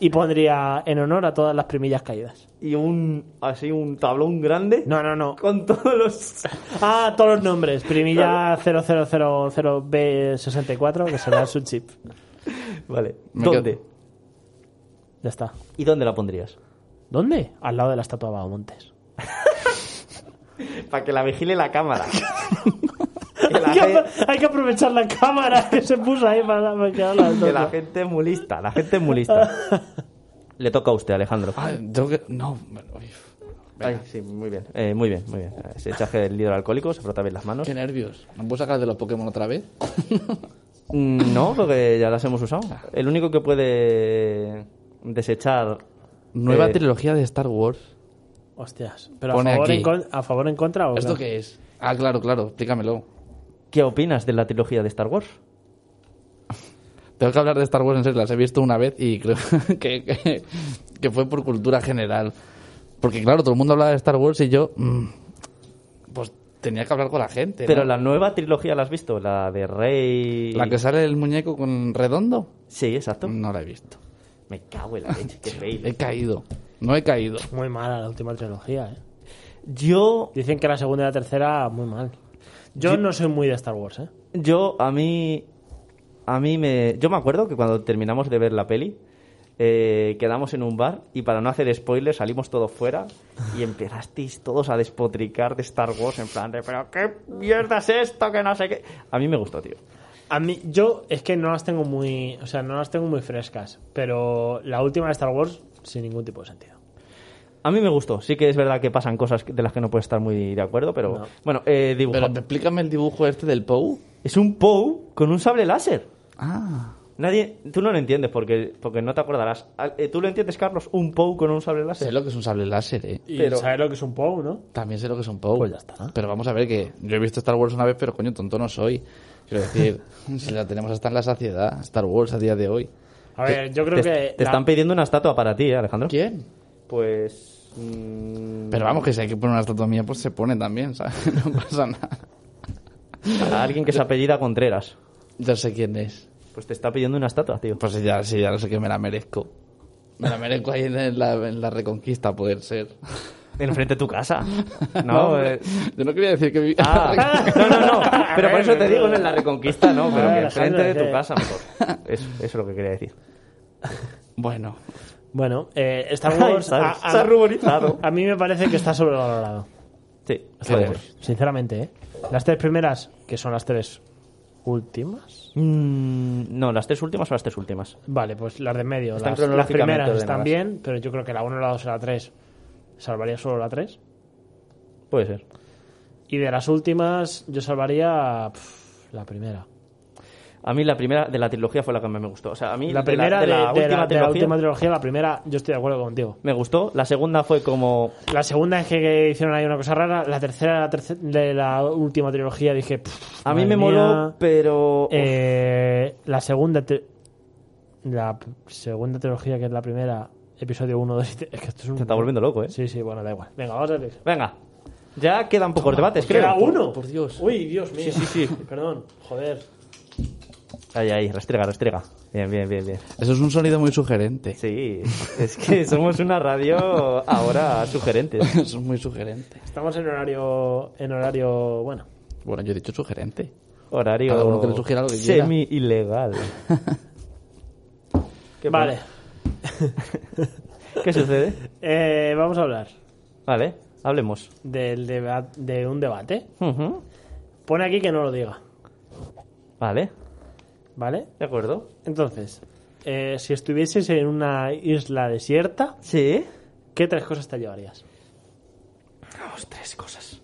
Speaker 2: y pondría en honor a todas las primillas caídas.
Speaker 3: Y un. Así, un tablón grande.
Speaker 2: No, no, no.
Speaker 3: Con todos
Speaker 2: (laughs)
Speaker 3: los.
Speaker 2: Ah, todos los nombres. Primilla 000B64, que será su chip.
Speaker 3: Vale.
Speaker 9: Me
Speaker 3: ¿Dónde?
Speaker 9: quedo-
Speaker 2: Ya está.
Speaker 3: ¿Y dónde la pondrías?
Speaker 2: ¿Dónde? Al lado de la estatua de Montes.
Speaker 3: Para que la vigile la (laughs) cámara. que, la
Speaker 2: Hay que,
Speaker 3: gen-
Speaker 2: apro- hay que aprovechar la cámara que se puso ahí para para quedar la
Speaker 3: que la
Speaker 2: estatua.
Speaker 3: gente es muy lista. La gente es muy lista. (laughs) Le toca a usted, Alejandro.
Speaker 9: Ah, tengo que... No, bueno, uy,
Speaker 3: Ay, sí, muy bien. Eh, muy bien, muy bien. Se echa el líder alcohólico, se frota bien las manos.
Speaker 9: qué nervios. ¿Me puedo sacar de los Pokémon otra vez?
Speaker 3: Mm, No, porque ya las hemos usado. El único que puede desechar.
Speaker 9: Nueva
Speaker 3: eh,
Speaker 9: trilogía de Star Wars.
Speaker 2: Hostias. Pero
Speaker 9: Pone
Speaker 2: a favor,
Speaker 9: aquí.
Speaker 2: en con- a favor en contra o
Speaker 9: ¿Esto
Speaker 2: no?
Speaker 9: qué es? Ah, claro, claro, explícamelo.
Speaker 3: ¿Qué opinas de la trilogía de Star Wars?
Speaker 9: Tengo que hablar de Star Wars en serio, las he visto una vez y creo (laughs) que, que, que fue por cultura general. Porque claro, todo el mundo hablaba de Star Wars y yo, mm, pues tenía que hablar con la gente. ¿no?
Speaker 3: Pero la nueva trilogía la has visto, la de Rey.
Speaker 9: La que sale el muñeco con redondo,
Speaker 3: Sí, exacto.
Speaker 9: no la he visto.
Speaker 3: Me cago en la leche, qué
Speaker 9: He
Speaker 3: reír.
Speaker 9: caído, no he caído.
Speaker 2: Muy mala la última trilogía, ¿eh?
Speaker 3: Yo,
Speaker 2: Dicen que la segunda y la tercera, muy mal. Yo no soy muy de Star Wars, ¿eh?
Speaker 3: yo, a mí. A mí me. Yo me acuerdo que cuando terminamos de ver la peli. eh, quedamos en un bar y para no hacer spoilers salimos todos fuera y empezasteis todos a despotricar de Star Wars en plan de pero qué mierda es esto que no sé qué a mí me gustó tío
Speaker 2: A mí, yo es que no las tengo muy. O sea, no las tengo muy frescas. Pero la última de Star Wars, sin ningún tipo de sentido.
Speaker 3: A mí me gustó. Sí que es verdad que pasan cosas de las que no puedo estar muy de acuerdo, pero
Speaker 2: No.
Speaker 3: bueno, eh, dibujo.
Speaker 9: Pero explícame el dibujo este del Pou.
Speaker 3: Es un Pou con un sable láser.
Speaker 9: Ah,
Speaker 3: Nadie, tú no lo entiendes porque, porque no te acordarás. Al- eh, ¿Tú lo entiendes, Carlos? Un Pou con un sable
Speaker 9: sé
Speaker 3: láser.
Speaker 9: lo que es un sable láser, eh.
Speaker 2: Y
Speaker 3: Pero-
Speaker 2: sabes lo que es un Poe, ¿no?
Speaker 9: También sé lo que es un Pou.
Speaker 2: Pues ya está.
Speaker 9: Pero vamos a ver que yo he visto Star Wars una vez, pero coño, tonto no soy. Quiero (laughs) decir, si la tenemos hasta en la saciedad, Star Wars a día de hoy.
Speaker 2: A ver, yo creo
Speaker 3: te,
Speaker 2: que.
Speaker 3: te
Speaker 2: la-
Speaker 3: están pidiendo una estatua para ti, ¿eh, Alejandro.
Speaker 9: ¿Quién?
Speaker 3: Pues. mm,
Speaker 9: Pero vamos, que si hay que poner una estatua mía, pues se pone también, ¿sabes? (laughs) No pasa nada.
Speaker 3: a alguien que se apellida Contreras.
Speaker 9: Ya sé quién es.
Speaker 3: Pues te está pidiendo una estatua, tío.
Speaker 9: Pues ya, sí, ya sé que me la merezco. Me la merezco ahí en la, en la Reconquista, poder ser.
Speaker 3: Enfrente de tu (laughs) casa. No,
Speaker 9: (laughs) No,
Speaker 3: eh,
Speaker 9: yo no quería decir que... vi- (laughs)
Speaker 3: Ah, (laughs) no, no, no. Pero por eso te digo, no en la Reconquista, no. Pero que enfrente de tu casa, mejor. Eso, eso es lo que
Speaker 2: (laughs)
Speaker 3: quería decir.
Speaker 9: Bueno,
Speaker 2: Bueno, eh, (laughs) Star Wars.
Speaker 3: se ha-
Speaker 2: a- a-
Speaker 3: se ha ruborizado.
Speaker 2: A mí me parece que está sobrevalorado.
Speaker 3: Sí,
Speaker 9: puede ser.
Speaker 3: Pues,
Speaker 2: Sinceramente, ¿eh? Las tres primeras, que son las tres últimas.
Speaker 3: Mm, no, las tres últimas son las tres últimas.
Speaker 2: Vale, pues las de en medio.
Speaker 3: Están
Speaker 2: Las, las
Speaker 3: cronológicamente
Speaker 2: primeras están
Speaker 3: ordenadas.
Speaker 2: bien, pero yo creo que la 1, la 2 y la 3 salvaría solo la 3.
Speaker 3: Puede ser.
Speaker 2: Y de las últimas, yo salvaría pf, la primera.
Speaker 3: A mí la primera de la trilogía fue la que más me gustó. O sea, a mí
Speaker 2: La primera
Speaker 3: de la,
Speaker 2: de-
Speaker 3: de la
Speaker 2: de
Speaker 3: última
Speaker 2: la- de
Speaker 3: trilogía
Speaker 2: la última trilogía, la primera, yo estoy de acuerdo contigo.
Speaker 3: me gustó. La segunda fue como
Speaker 2: La segunda es que, que hicieron ahí una cosa rara. La tercera, la terce- de la última trilogía, dije. "Pff,
Speaker 3: a mí me
Speaker 2: madre
Speaker 3: moló,
Speaker 2: mía".
Speaker 3: pero uf,
Speaker 2: Eh, la segunda. tri- La p- segunda trilogía, que es la primera, episodio (laughs) 1, 2 y 3. Es que esto es un.
Speaker 3: se está volviendo loco, ¿eh?
Speaker 2: Sí, sí, bueno, da igual. Venga, vamos a ver.
Speaker 3: Venga. Ya quedan pocos debates, creo.
Speaker 2: Queda uno.
Speaker 9: por Dios.
Speaker 2: Uy, Dios mío.
Speaker 3: Sí, sí, sí.
Speaker 2: (laughs) Perdón, joder.
Speaker 3: Ahí, ahí, restrega, restrega. Bien, bien, bien, bien.
Speaker 9: Eso es un sonido muy sugerente. (laughs)
Speaker 3: Sí, es que (laughs) somos una radio ahora sugerente.
Speaker 9: Eso es muy sugerente.
Speaker 2: Estamos en horario. En horario. Bueno.
Speaker 9: Bueno, yo he dicho sugerente. Cada uno que le
Speaker 3: Horario
Speaker 9: sugiera lo que quiera.
Speaker 3: semi ilegal. ¿Qué
Speaker 2: Vale.
Speaker 3: pasa? ¿Qué sucede?
Speaker 2: Eh, vamos a hablar
Speaker 3: Vale, hablemos.
Speaker 2: del deba- de un debate.
Speaker 3: Ujú.
Speaker 2: Pone aquí que no lo diga.
Speaker 3: Vale,
Speaker 2: ¿Vale?
Speaker 3: de acuerdo.
Speaker 2: Entonces, eh, si estuvieses en una isla desierta,
Speaker 3: Sí.
Speaker 2: ¿qué tres cosas te llevarías?
Speaker 3: Vamos, tres cosas.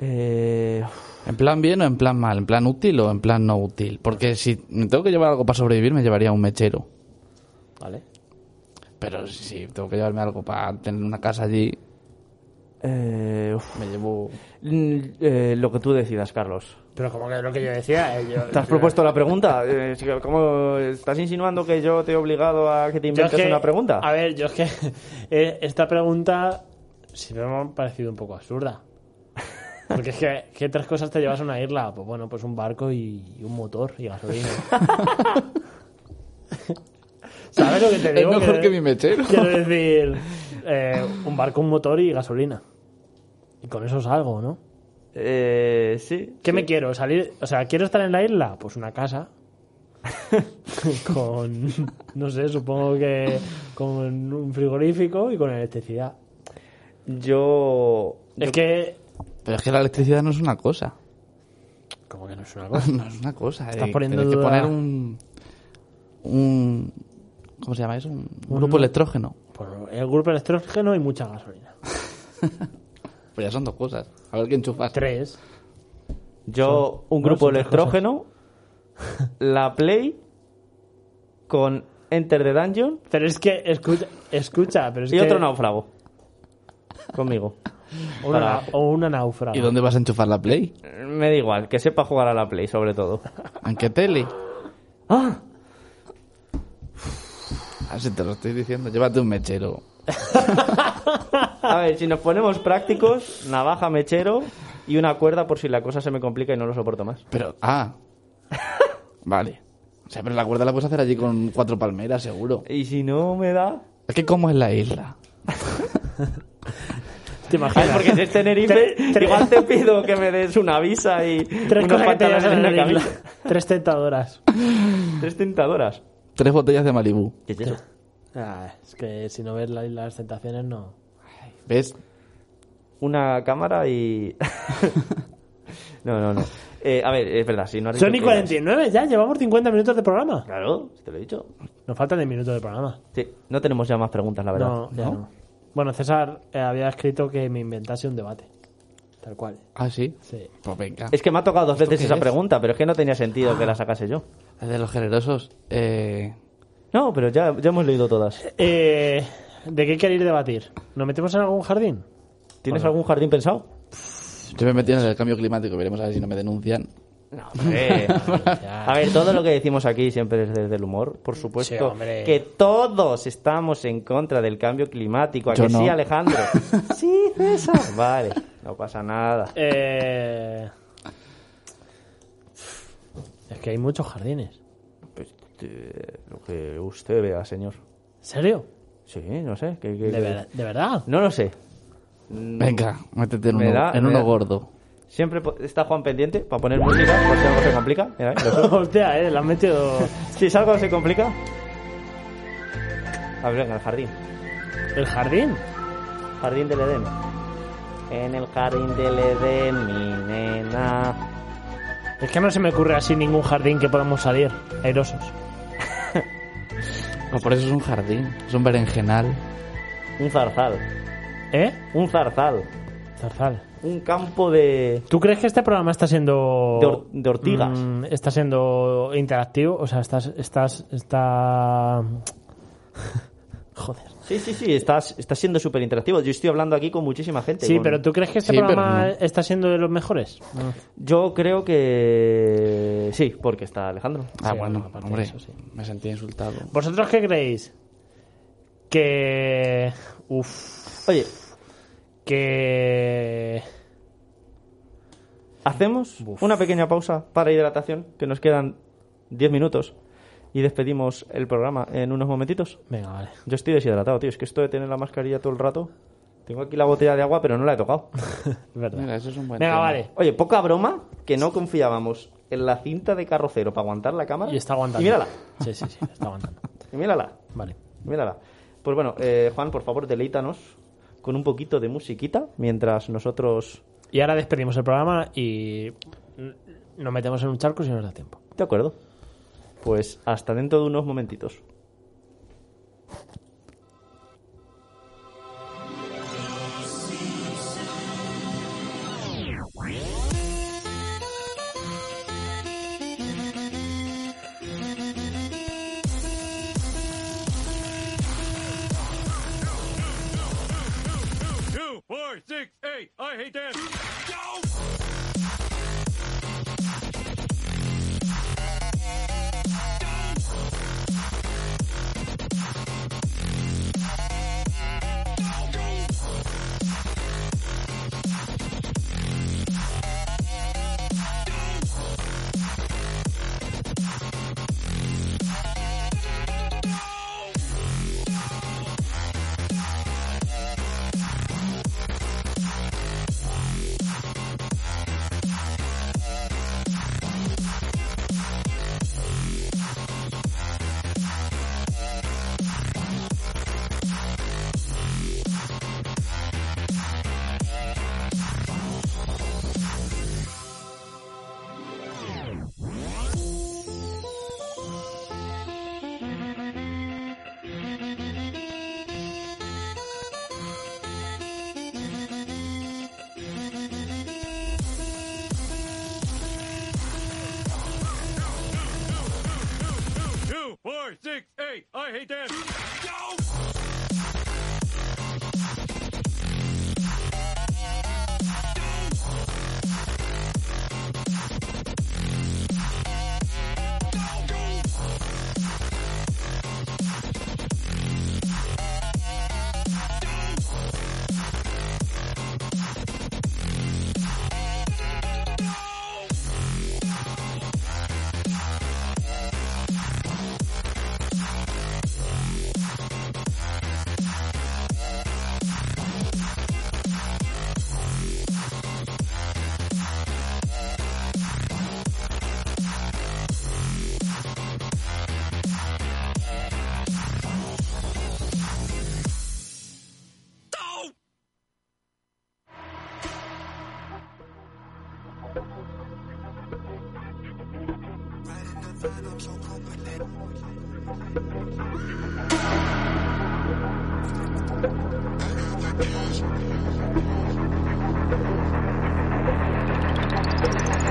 Speaker 3: Eh,
Speaker 9: ¿En plan bien o en plan mal? ¿En plan útil o en plan no útil? Porque si me tengo que llevar algo para sobrevivir, me llevaría un mechero.
Speaker 3: vale.
Speaker 9: Pero si tengo que llevarme algo para tener una casa allí,
Speaker 3: Eh, uf.
Speaker 9: me llevo...
Speaker 3: Mm, eh, lo que tú decidas, Carlos.
Speaker 2: Pero como que lo que yo decía, eh, yo,
Speaker 3: (laughs) ¿Te has
Speaker 2: yo-
Speaker 3: propuesto la pregunta? Eh, ¿Cómo estás insinuando que yo te he obligado a que te
Speaker 2: yo es
Speaker 3: inventes
Speaker 2: que-
Speaker 3: una pregunta?
Speaker 2: A ver, yo es que (laughs) eh, esta pregunta sí me ha parecido un poco absurda. Porque es que, ¿qué tres cosas te llevas a una isla? Pues bueno, pues un barco y, y un motor y
Speaker 3: (laughs)
Speaker 2: gasolina. ¿Sabes lo que te
Speaker 9: Es
Speaker 2: digo?
Speaker 9: mejor que mi mechero.
Speaker 2: Quiero decir, eh, un barco, un motor y gasolina. Y con eso salgo, ¿no?
Speaker 3: Eh, sí.
Speaker 2: ¿Qué me quiero? ¿Salir? O sea, ¿quiero estar en la isla? Pues una casa. (laughs) con, no sé, supongo que con un frigorífico y con electricidad.
Speaker 3: Yo.
Speaker 2: Es que...
Speaker 9: Pero es que la electricidad no es
Speaker 2: (laughs)
Speaker 9: una cosa.
Speaker 2: Como que no es una cosa.
Speaker 9: No es una cosa.
Speaker 2: Estás
Speaker 9: eh,
Speaker 2: poniendo
Speaker 9: Tienes que
Speaker 2: duda-
Speaker 9: poner un... un... ¿Cómo se llama eso? Un, grupo electrógeno.
Speaker 2: Pues el grupo electrógeno y mucha gasolina.
Speaker 9: Pues ya son dos cosas. A ver qué enchufas.
Speaker 2: Tres.
Speaker 3: Yo, un
Speaker 2: no,
Speaker 3: grupo
Speaker 2: son tres
Speaker 3: electrógeno, la Play con Enter the Dungeon
Speaker 2: Pero es que, escucha, escucha pero es
Speaker 3: y
Speaker 2: que...
Speaker 3: otro náufrago. Conmigo.
Speaker 2: una
Speaker 3: Para-
Speaker 2: na- o una náufraga.
Speaker 9: ¿Y dónde vas a enchufar la Play?
Speaker 3: Me da igual, que sepa jugar a la Play, sobre todo.
Speaker 9: ¿En qué tele?
Speaker 3: ¡Ah!
Speaker 9: Ah, si te lo estoy diciendo, llévate un mechero.
Speaker 3: A ver, si nos ponemos prácticos, navaja, mechero y una cuerda por si la cosa se me complica y no lo soporto más.
Speaker 9: Pero, (laughs) ah. vale. O sea, pero la cuerda la puedes hacer allí con cuatro palmeras, seguro.
Speaker 3: Y si no me da.
Speaker 9: Es que, ¿cómo es la isla?
Speaker 2: ¿Te
Speaker 3: Ay,
Speaker 2: imaginas?
Speaker 3: porque si es Tenerife,
Speaker 2: Tres- tres-
Speaker 3: igual te pido que me des una visa y
Speaker 2: Tres
Speaker 3: unos
Speaker 2: cosas que te llevas
Speaker 3: pantalones
Speaker 2: a
Speaker 3: y
Speaker 2: la
Speaker 3: una
Speaker 2: isla.
Speaker 3: camisa.
Speaker 2: (laughs) Tres tentadoras.
Speaker 3: Tres tentadoras.
Speaker 9: Tres botellas de Malibú.
Speaker 3: ¿Qué es eso?
Speaker 2: Ah, es que si no ves la isla de las tentaciones, no...
Speaker 9: ¿Ves?
Speaker 3: Una cámara y. (laughs) no, no, no. Eh, a ver, es verdad, si no has dicho
Speaker 2: Sony
Speaker 3: que-
Speaker 2: 49, ya llevamos 50 minutos de programa.
Speaker 3: Claro, si te lo he dicho.
Speaker 2: Nos faltan 10 minutos de programa.
Speaker 3: Sí, no tenemos ya más preguntas, la verdad.
Speaker 2: No, ya no. Bueno, César eh, había escrito que me inventase un debate. Tal cual.
Speaker 9: Ah, sí.
Speaker 2: Sí.
Speaker 9: Pues venga.
Speaker 3: Es que me ha tocado dos veces
Speaker 9: qué
Speaker 3: esa
Speaker 9: es?
Speaker 3: pregunta, pero es que no tenía sentido que la sacase yo.
Speaker 9: Es de los generosos. Eh,
Speaker 3: No, pero ya, ya hemos leído todas.
Speaker 2: Eh, ¿De qué queréis debatir? ¿Nos metemos en algún jardín?
Speaker 3: ¿Tienes algún jardín pensado?
Speaker 9: yo me metí en el cambio climático. Veremos a ver si no me denuncian.
Speaker 3: No, hombre.
Speaker 2: (laughs)
Speaker 3: A ver, todo lo que decimos aquí siempre es desde el humor, por supuesto.
Speaker 2: Sí, hombre.
Speaker 3: que todos estamos en contra del cambio climático. ¿A
Speaker 9: Yo
Speaker 3: que
Speaker 9: no.
Speaker 3: sí, Alejandro?
Speaker 9: (laughs)
Speaker 3: sí, César. Vale, no pasa nada.
Speaker 2: Eh, es que hay muchos jardines.
Speaker 3: Pues, eh, lo que usted vea, señor.
Speaker 2: ¿En serio?
Speaker 3: Sí, no sé. ¿qué- qué-
Speaker 2: ¿De,
Speaker 3: qué-
Speaker 2: ver- de verdad? (laughs)
Speaker 3: No lo sé.
Speaker 9: Venga, métete en
Speaker 3: Me
Speaker 9: uno,
Speaker 3: da-
Speaker 9: en
Speaker 3: me
Speaker 9: uno
Speaker 3: da-
Speaker 9: gordo.
Speaker 3: Siempre po- está Juan pendiente para poner música, por si algo se complica. Mira, ahí, lo suena.
Speaker 2: Hostia, eh, le han metido
Speaker 3: si algo se complica... A ver, venga, el jardín.
Speaker 2: el jardín.
Speaker 3: Jardín del Edén. En el jardín del Edén, mi nena.
Speaker 2: Es que no se me ocurre así ningún jardín que podamos salir airosos.
Speaker 9: No, Pues por eso es un jardín. Es un berenjenal.
Speaker 3: Un zarzal.
Speaker 2: ¿Eh?
Speaker 3: Un zarzal.
Speaker 2: Zarzal.
Speaker 3: un campo de...
Speaker 2: ¿Tú crees que este programa está siendo.
Speaker 3: De or- de ortigas.
Speaker 2: Mm, está siendo interactivo. O sea, estás. estás está. (laughs) Joder.
Speaker 3: Sí, sí, sí, estás, estás siendo súper interactivo. Yo estoy hablando aquí con muchísima gente.
Speaker 2: Sí,
Speaker 3: con-
Speaker 2: pero ¿tú crees que este
Speaker 9: Sí, pero
Speaker 2: programa
Speaker 9: no.
Speaker 2: está siendo de los mejores?
Speaker 3: Yo creo que sí, porque está Alejandro.
Speaker 9: Ah,
Speaker 2: Sí, bueno,
Speaker 9: bueno,
Speaker 2: aparte
Speaker 9: hombre,
Speaker 2: de eso, sí.
Speaker 9: me sentí insultado.
Speaker 2: ¿Vosotros qué creéis? Que. Uf.
Speaker 3: Oye,
Speaker 2: Que.
Speaker 3: hacemos una pequeña pausa para hidratación, que nos quedan 10 minutos y despedimos el programa en unos momentitos.
Speaker 2: Venga, vale.
Speaker 3: Yo estoy deshidratado, tío. Es que esto de tener la mascarilla todo el rato. Tengo aquí la botella de agua, pero no la
Speaker 2: (laughs)
Speaker 3: he tocado.
Speaker 2: Es verdad.
Speaker 9: Mira, eso es un buen
Speaker 2: Venga,
Speaker 9: tema.
Speaker 2: vale.
Speaker 3: Oye, poca broma que no confiábamos en la cinta de carrocero para aguantar la cámara.
Speaker 2: Y está aguantando.
Speaker 3: Y mírala,
Speaker 2: Sí, sí, sí, está aguantando.
Speaker 3: y mírala,
Speaker 2: Vale.
Speaker 3: y mírala. Pues bueno, eh, Juan, por favor, deleítanos con un poquito de musiquita mientras nosotros
Speaker 2: Y ahora despedimos el programa y. n- Nos metemos en un charco si nos da tiempo.
Speaker 3: De acuerdo. Pues hasta dentro de unos momentitos.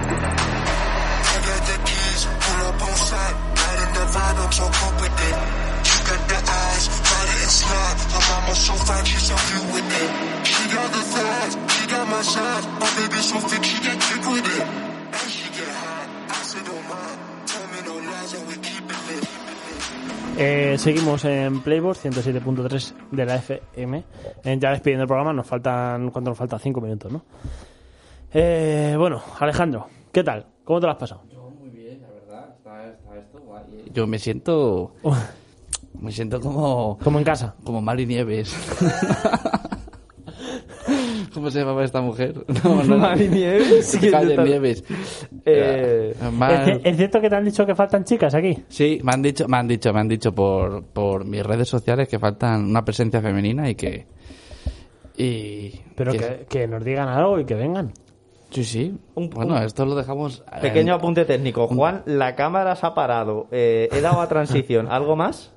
Speaker 5: I got the keys, pull up on site, right in the vibe, I'm so cool with it. You got the eyes, ride it and slide. My mama so fine, she's so few with it. She got the thighs, she got my size. My baby so thick, she can kick with it. And she get high, I said don't mind. Tell me no lies, and we keep it lit.
Speaker 2: Eh, seguimos en Playboard 107.3 de la FM. Eh, ya despidiendo el programa, nos faltan. ¿Cuánto nos falta? 5 minutos, ¿no? Eh, bueno, Alejandro, ¿qué tal? ¿Cómo te lo has pasado? (laughs)
Speaker 9: Yo me siento. Me siento como.
Speaker 2: Como en casa.
Speaker 9: Como Mari Nieves. (laughs) ¿Cómo se llamaba esta mujer? (laughs) No, no.
Speaker 3: Mari (laughs) Nieves. Sí,
Speaker 9: Calle
Speaker 3: yo tal-
Speaker 9: Nieves.
Speaker 3: Eh,
Speaker 2: ¿Es,
Speaker 9: Mar-
Speaker 2: ci- es cierto que te han dicho que faltan chicas aquí?
Speaker 9: Sí, me han dicho, me han dicho, me han dicho por, por mis redes sociales que faltan una presencia femenina y que. Y.
Speaker 2: Pero
Speaker 9: que-
Speaker 2: que, que nos digan algo y que vengan.
Speaker 9: Sí, sí.
Speaker 3: Un-
Speaker 9: bueno, esto lo dejamos. eh,
Speaker 3: Pequeño apunte técnico. Juan, la cámara se ha parado. Eh, he dado a transición. ¿Algo más?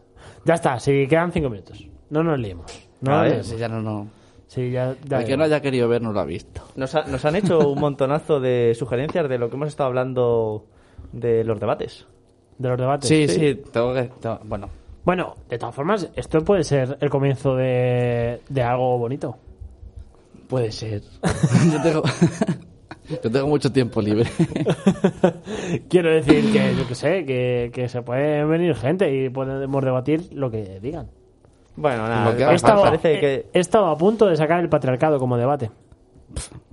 Speaker 2: Ya está, si quedan 5 minutos. No nos liemos. No nos
Speaker 3: A ver,
Speaker 9: eh,
Speaker 2: liemos.
Speaker 9: sí, ya no, no.
Speaker 2: Sí, ya, ya
Speaker 9: El que
Speaker 2: veo.
Speaker 9: no haya querido ver no lo ha visto.
Speaker 3: Nos, ha- nos han hecho un montonazo de sugerencias de lo que hemos estado hablando de los debates.
Speaker 2: De los debates.
Speaker 9: Sí, sí, tengo que... tengo- bueno,
Speaker 2: Bueno, de todas formas, esto puede ser el comienzo de, de algo bonito.
Speaker 9: puede ser. (laughs) yo, tengo, yo tengo mucho tiempo libre. (laughs)
Speaker 2: (laughs) Quiero decir que, yo que sé, que, que se puede venir gente y podemos debatir lo que digan.
Speaker 3: Bueno, nada,
Speaker 9: Lo que
Speaker 2: He
Speaker 9: haga
Speaker 3: pa-
Speaker 2: estado,
Speaker 3: parece
Speaker 2: he-
Speaker 3: que
Speaker 2: he estado a punto de sacar el patriarcado como debate.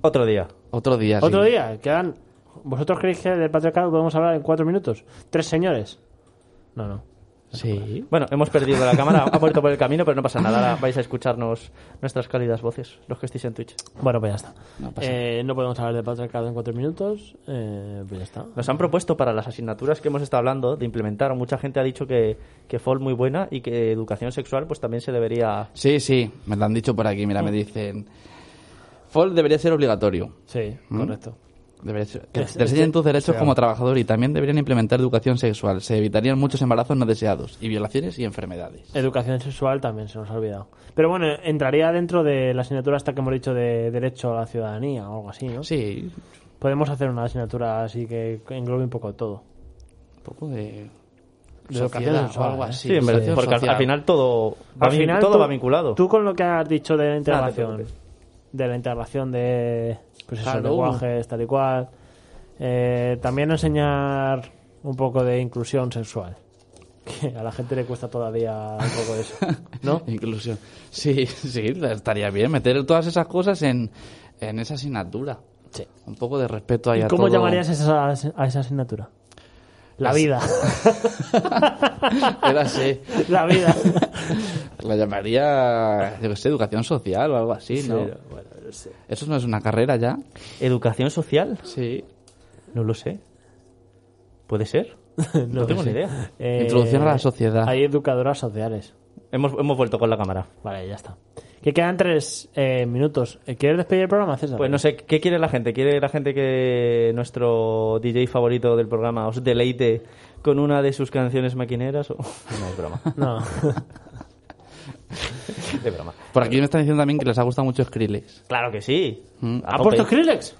Speaker 3: otro día.
Speaker 9: Otro día. Ah, sí.
Speaker 2: Otro día, quedan. ¿Vosotros creéis que del patriarcado podemos hablar en cuatro minutos? ¿Tres señores? No, no.
Speaker 9: Sí.
Speaker 3: Bueno, hemos perdido la cámara, ha vuelto por el camino, pero no pasa nada. Ahora vais a escucharnos nuestras cálidas voces, los que estéis en Twitch.
Speaker 2: Bueno, pues ya está.
Speaker 9: No pasa
Speaker 2: Eh, no podemos hablar del patriarcado en cuatro minutos. eh, pues ya está.
Speaker 3: Nos han propuesto para las asignaturas que hemos estado hablando de implementar. Mucha gente ha dicho que, que FOL muy buena y que educación sexual pues también se debería...
Speaker 9: Sí, sí, me lo han dicho por aquí. Mira, me dicen... Fall debería ser obligatorio.
Speaker 2: Sí,
Speaker 9: ¿Mm?
Speaker 2: correcto.
Speaker 9: Debería ser- que
Speaker 2: Es-
Speaker 9: te enseñen
Speaker 2: este-
Speaker 9: tus derechos
Speaker 2: sea.
Speaker 9: como trabajador y también deberían implementar educación sexual. Se evitarían muchos embarazos no deseados y violaciones y enfermedades.
Speaker 2: Educación sexual también se nos ha olvidado. Pero bueno, entraría dentro de la asignatura hasta que hemos dicho de Derecho a la Ciudadanía o algo así, ¿no?
Speaker 9: Sí,
Speaker 2: Podemos hacer una asignatura así que englobe un poco todo.
Speaker 9: un poco de...
Speaker 2: De
Speaker 9: Sociedad
Speaker 2: educación sexual,
Speaker 9: o algo
Speaker 2: ¿eh?
Speaker 9: así.
Speaker 3: Sí, en verdad,
Speaker 9: educación
Speaker 3: porque al,
Speaker 9: social.
Speaker 3: al
Speaker 9: (laughs)
Speaker 3: final todo, va,
Speaker 2: Al
Speaker 3: vi-
Speaker 2: final,
Speaker 3: todo
Speaker 2: tú-
Speaker 3: va vinculado.
Speaker 2: Tú con lo que has dicho de la
Speaker 3: te
Speaker 2: integración,
Speaker 3: preocupes.
Speaker 2: de la integración de pues esos
Speaker 9: Salud.
Speaker 2: lenguajes, tal y cual. Eh, también enseñar un poco de inclusión sexual. (laughs) Que a la gente le cuesta todavía un poco
Speaker 3: (laughs)
Speaker 2: eso.
Speaker 9: ¿No? Inclusión. Sí, sí, estaría bien meter todas esas cosas en, en esa asignatura.
Speaker 2: Sí.
Speaker 9: Un poco de respeto ahí
Speaker 2: ¿Y (laughs)
Speaker 9: a
Speaker 2: cómo
Speaker 9: todo.
Speaker 2: llamarías a esa, a esa asignatura? La
Speaker 3: (laughs)
Speaker 2: vida.
Speaker 9: Pues (laughs) Era así.
Speaker 2: la vida.
Speaker 9: La llamaría, yo qué sé, educación social o algo así, ¿no? ¿Eso no es una carrera ya?
Speaker 3: ¿Educación social?
Speaker 9: Sí.
Speaker 3: No lo sé. ¿Puede ser? (laughs) No tengo ni idea.
Speaker 2: Eh,
Speaker 9: Introducción a la sociedad.
Speaker 2: Hay educadoras sociales.
Speaker 3: Hemos, hemos vuelto con la cámara.
Speaker 2: Vale, ya está. Que quedan tres eh, minutos. Eh, ¿Quieres despedir el programa, César?
Speaker 3: Pues no sé, ¿qué quiere la gente? ¿Quiere la gente que nuestro DJ favorito del programa os deleite con una de sus canciones maquineras? o- No, es (laughs) broma,
Speaker 2: (laughs) No.
Speaker 3: es broma.
Speaker 9: Por aquí me están diciendo también que les ha gustado mucho
Speaker 2: ¿Eh?
Speaker 9: Skrillex.
Speaker 3: Claro que sí.
Speaker 9: Mm.
Speaker 3: A
Speaker 2: ¿Ha
Speaker 3: tope.
Speaker 2: puesto Skrillex?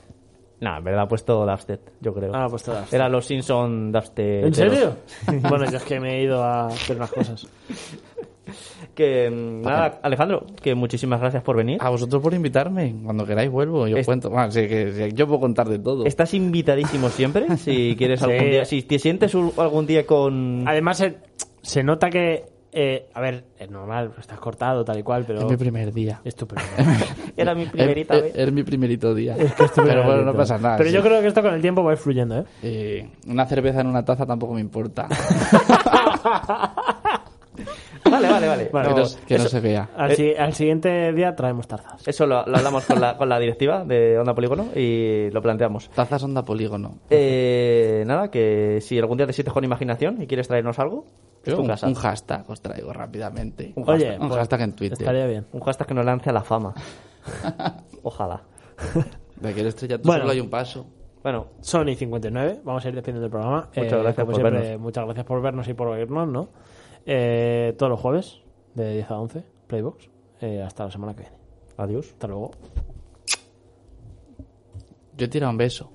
Speaker 3: No, en verdad ha puesto dubstep, yo creo.
Speaker 2: Ah, ha puesto dubstep.
Speaker 3: Era los Simpson dubstep.
Speaker 2: ¿En serio? (laughs) bueno, yo es que me he ido a hacer unas cosas.
Speaker 3: Que, mm, nada, Alejandro, que muchísimas gracias por venir.
Speaker 9: A vosotros por invitarme. Cuando queráis vuelvo. Yo
Speaker 3: Es-
Speaker 9: cuento. Bueno, sí, que, sí, yo puedo contar de todo.
Speaker 2: Este
Speaker 3: Estás invitadísimo siempre, si quieres algún
Speaker 2: Sí. Ah.
Speaker 3: día, si te sientes un- algún día con...
Speaker 2: Además, se, se nota que. eh, a ver, es normal, pues estás cortado, tal y cual,
Speaker 9: Es
Speaker 2: pero.
Speaker 9: mi primer día.
Speaker 2: Es tu
Speaker 9: (laughs)
Speaker 2: primer-
Speaker 3: Era mi primerita
Speaker 9: Es-
Speaker 3: vez.
Speaker 9: es- es mi primerito día.
Speaker 2: es tu
Speaker 9: Pero
Speaker 2: primer
Speaker 9: bueno, no
Speaker 2: grito.
Speaker 9: pasa nada.
Speaker 2: Pero
Speaker 9: sí.
Speaker 2: yo creo que esto con el tiempo va a ir fluyendo, ¿eh?
Speaker 9: Eh, una cerveza en una taza tampoco me importa.
Speaker 3: Vale, vale, vale.
Speaker 9: que
Speaker 2: Vale.
Speaker 9: no, que no se vea.
Speaker 2: Al, si- al siguiente día traemos tarzas.
Speaker 3: Eso lo, lo hablamos con la, con la directiva de Onda Polígono y lo planteamos.
Speaker 9: Tazas onda polígono.
Speaker 3: Eh, nada, que si algún día te sientes con imaginación y quieres traernos algo, es tu
Speaker 9: un,
Speaker 3: casa.
Speaker 9: un hashtag os traigo rápidamente.
Speaker 3: Un
Speaker 2: Oye,
Speaker 3: hashtag,
Speaker 9: un
Speaker 2: pues,
Speaker 9: hashtag en Twitter.
Speaker 2: Estaría bien.
Speaker 3: Un hashtag que nos lance a la fama. Ojalá.
Speaker 9: De aquel estrella tú
Speaker 2: Bueno.
Speaker 9: solo hay un paso.
Speaker 3: Bueno,
Speaker 2: Sony 59, vamos a ir despidiendo el programa. Eh,
Speaker 3: Muchas gracias
Speaker 2: como
Speaker 3: por
Speaker 2: siempre,
Speaker 3: vernos.
Speaker 2: Muchas gracias por vernos y por oírnos, ¿no? Eh, todos los jueves, de 10 a 11, Playbox. Eh, hasta la semana que viene.
Speaker 3: adiós.
Speaker 2: Hasta luego.
Speaker 9: Yo he tirado un beso.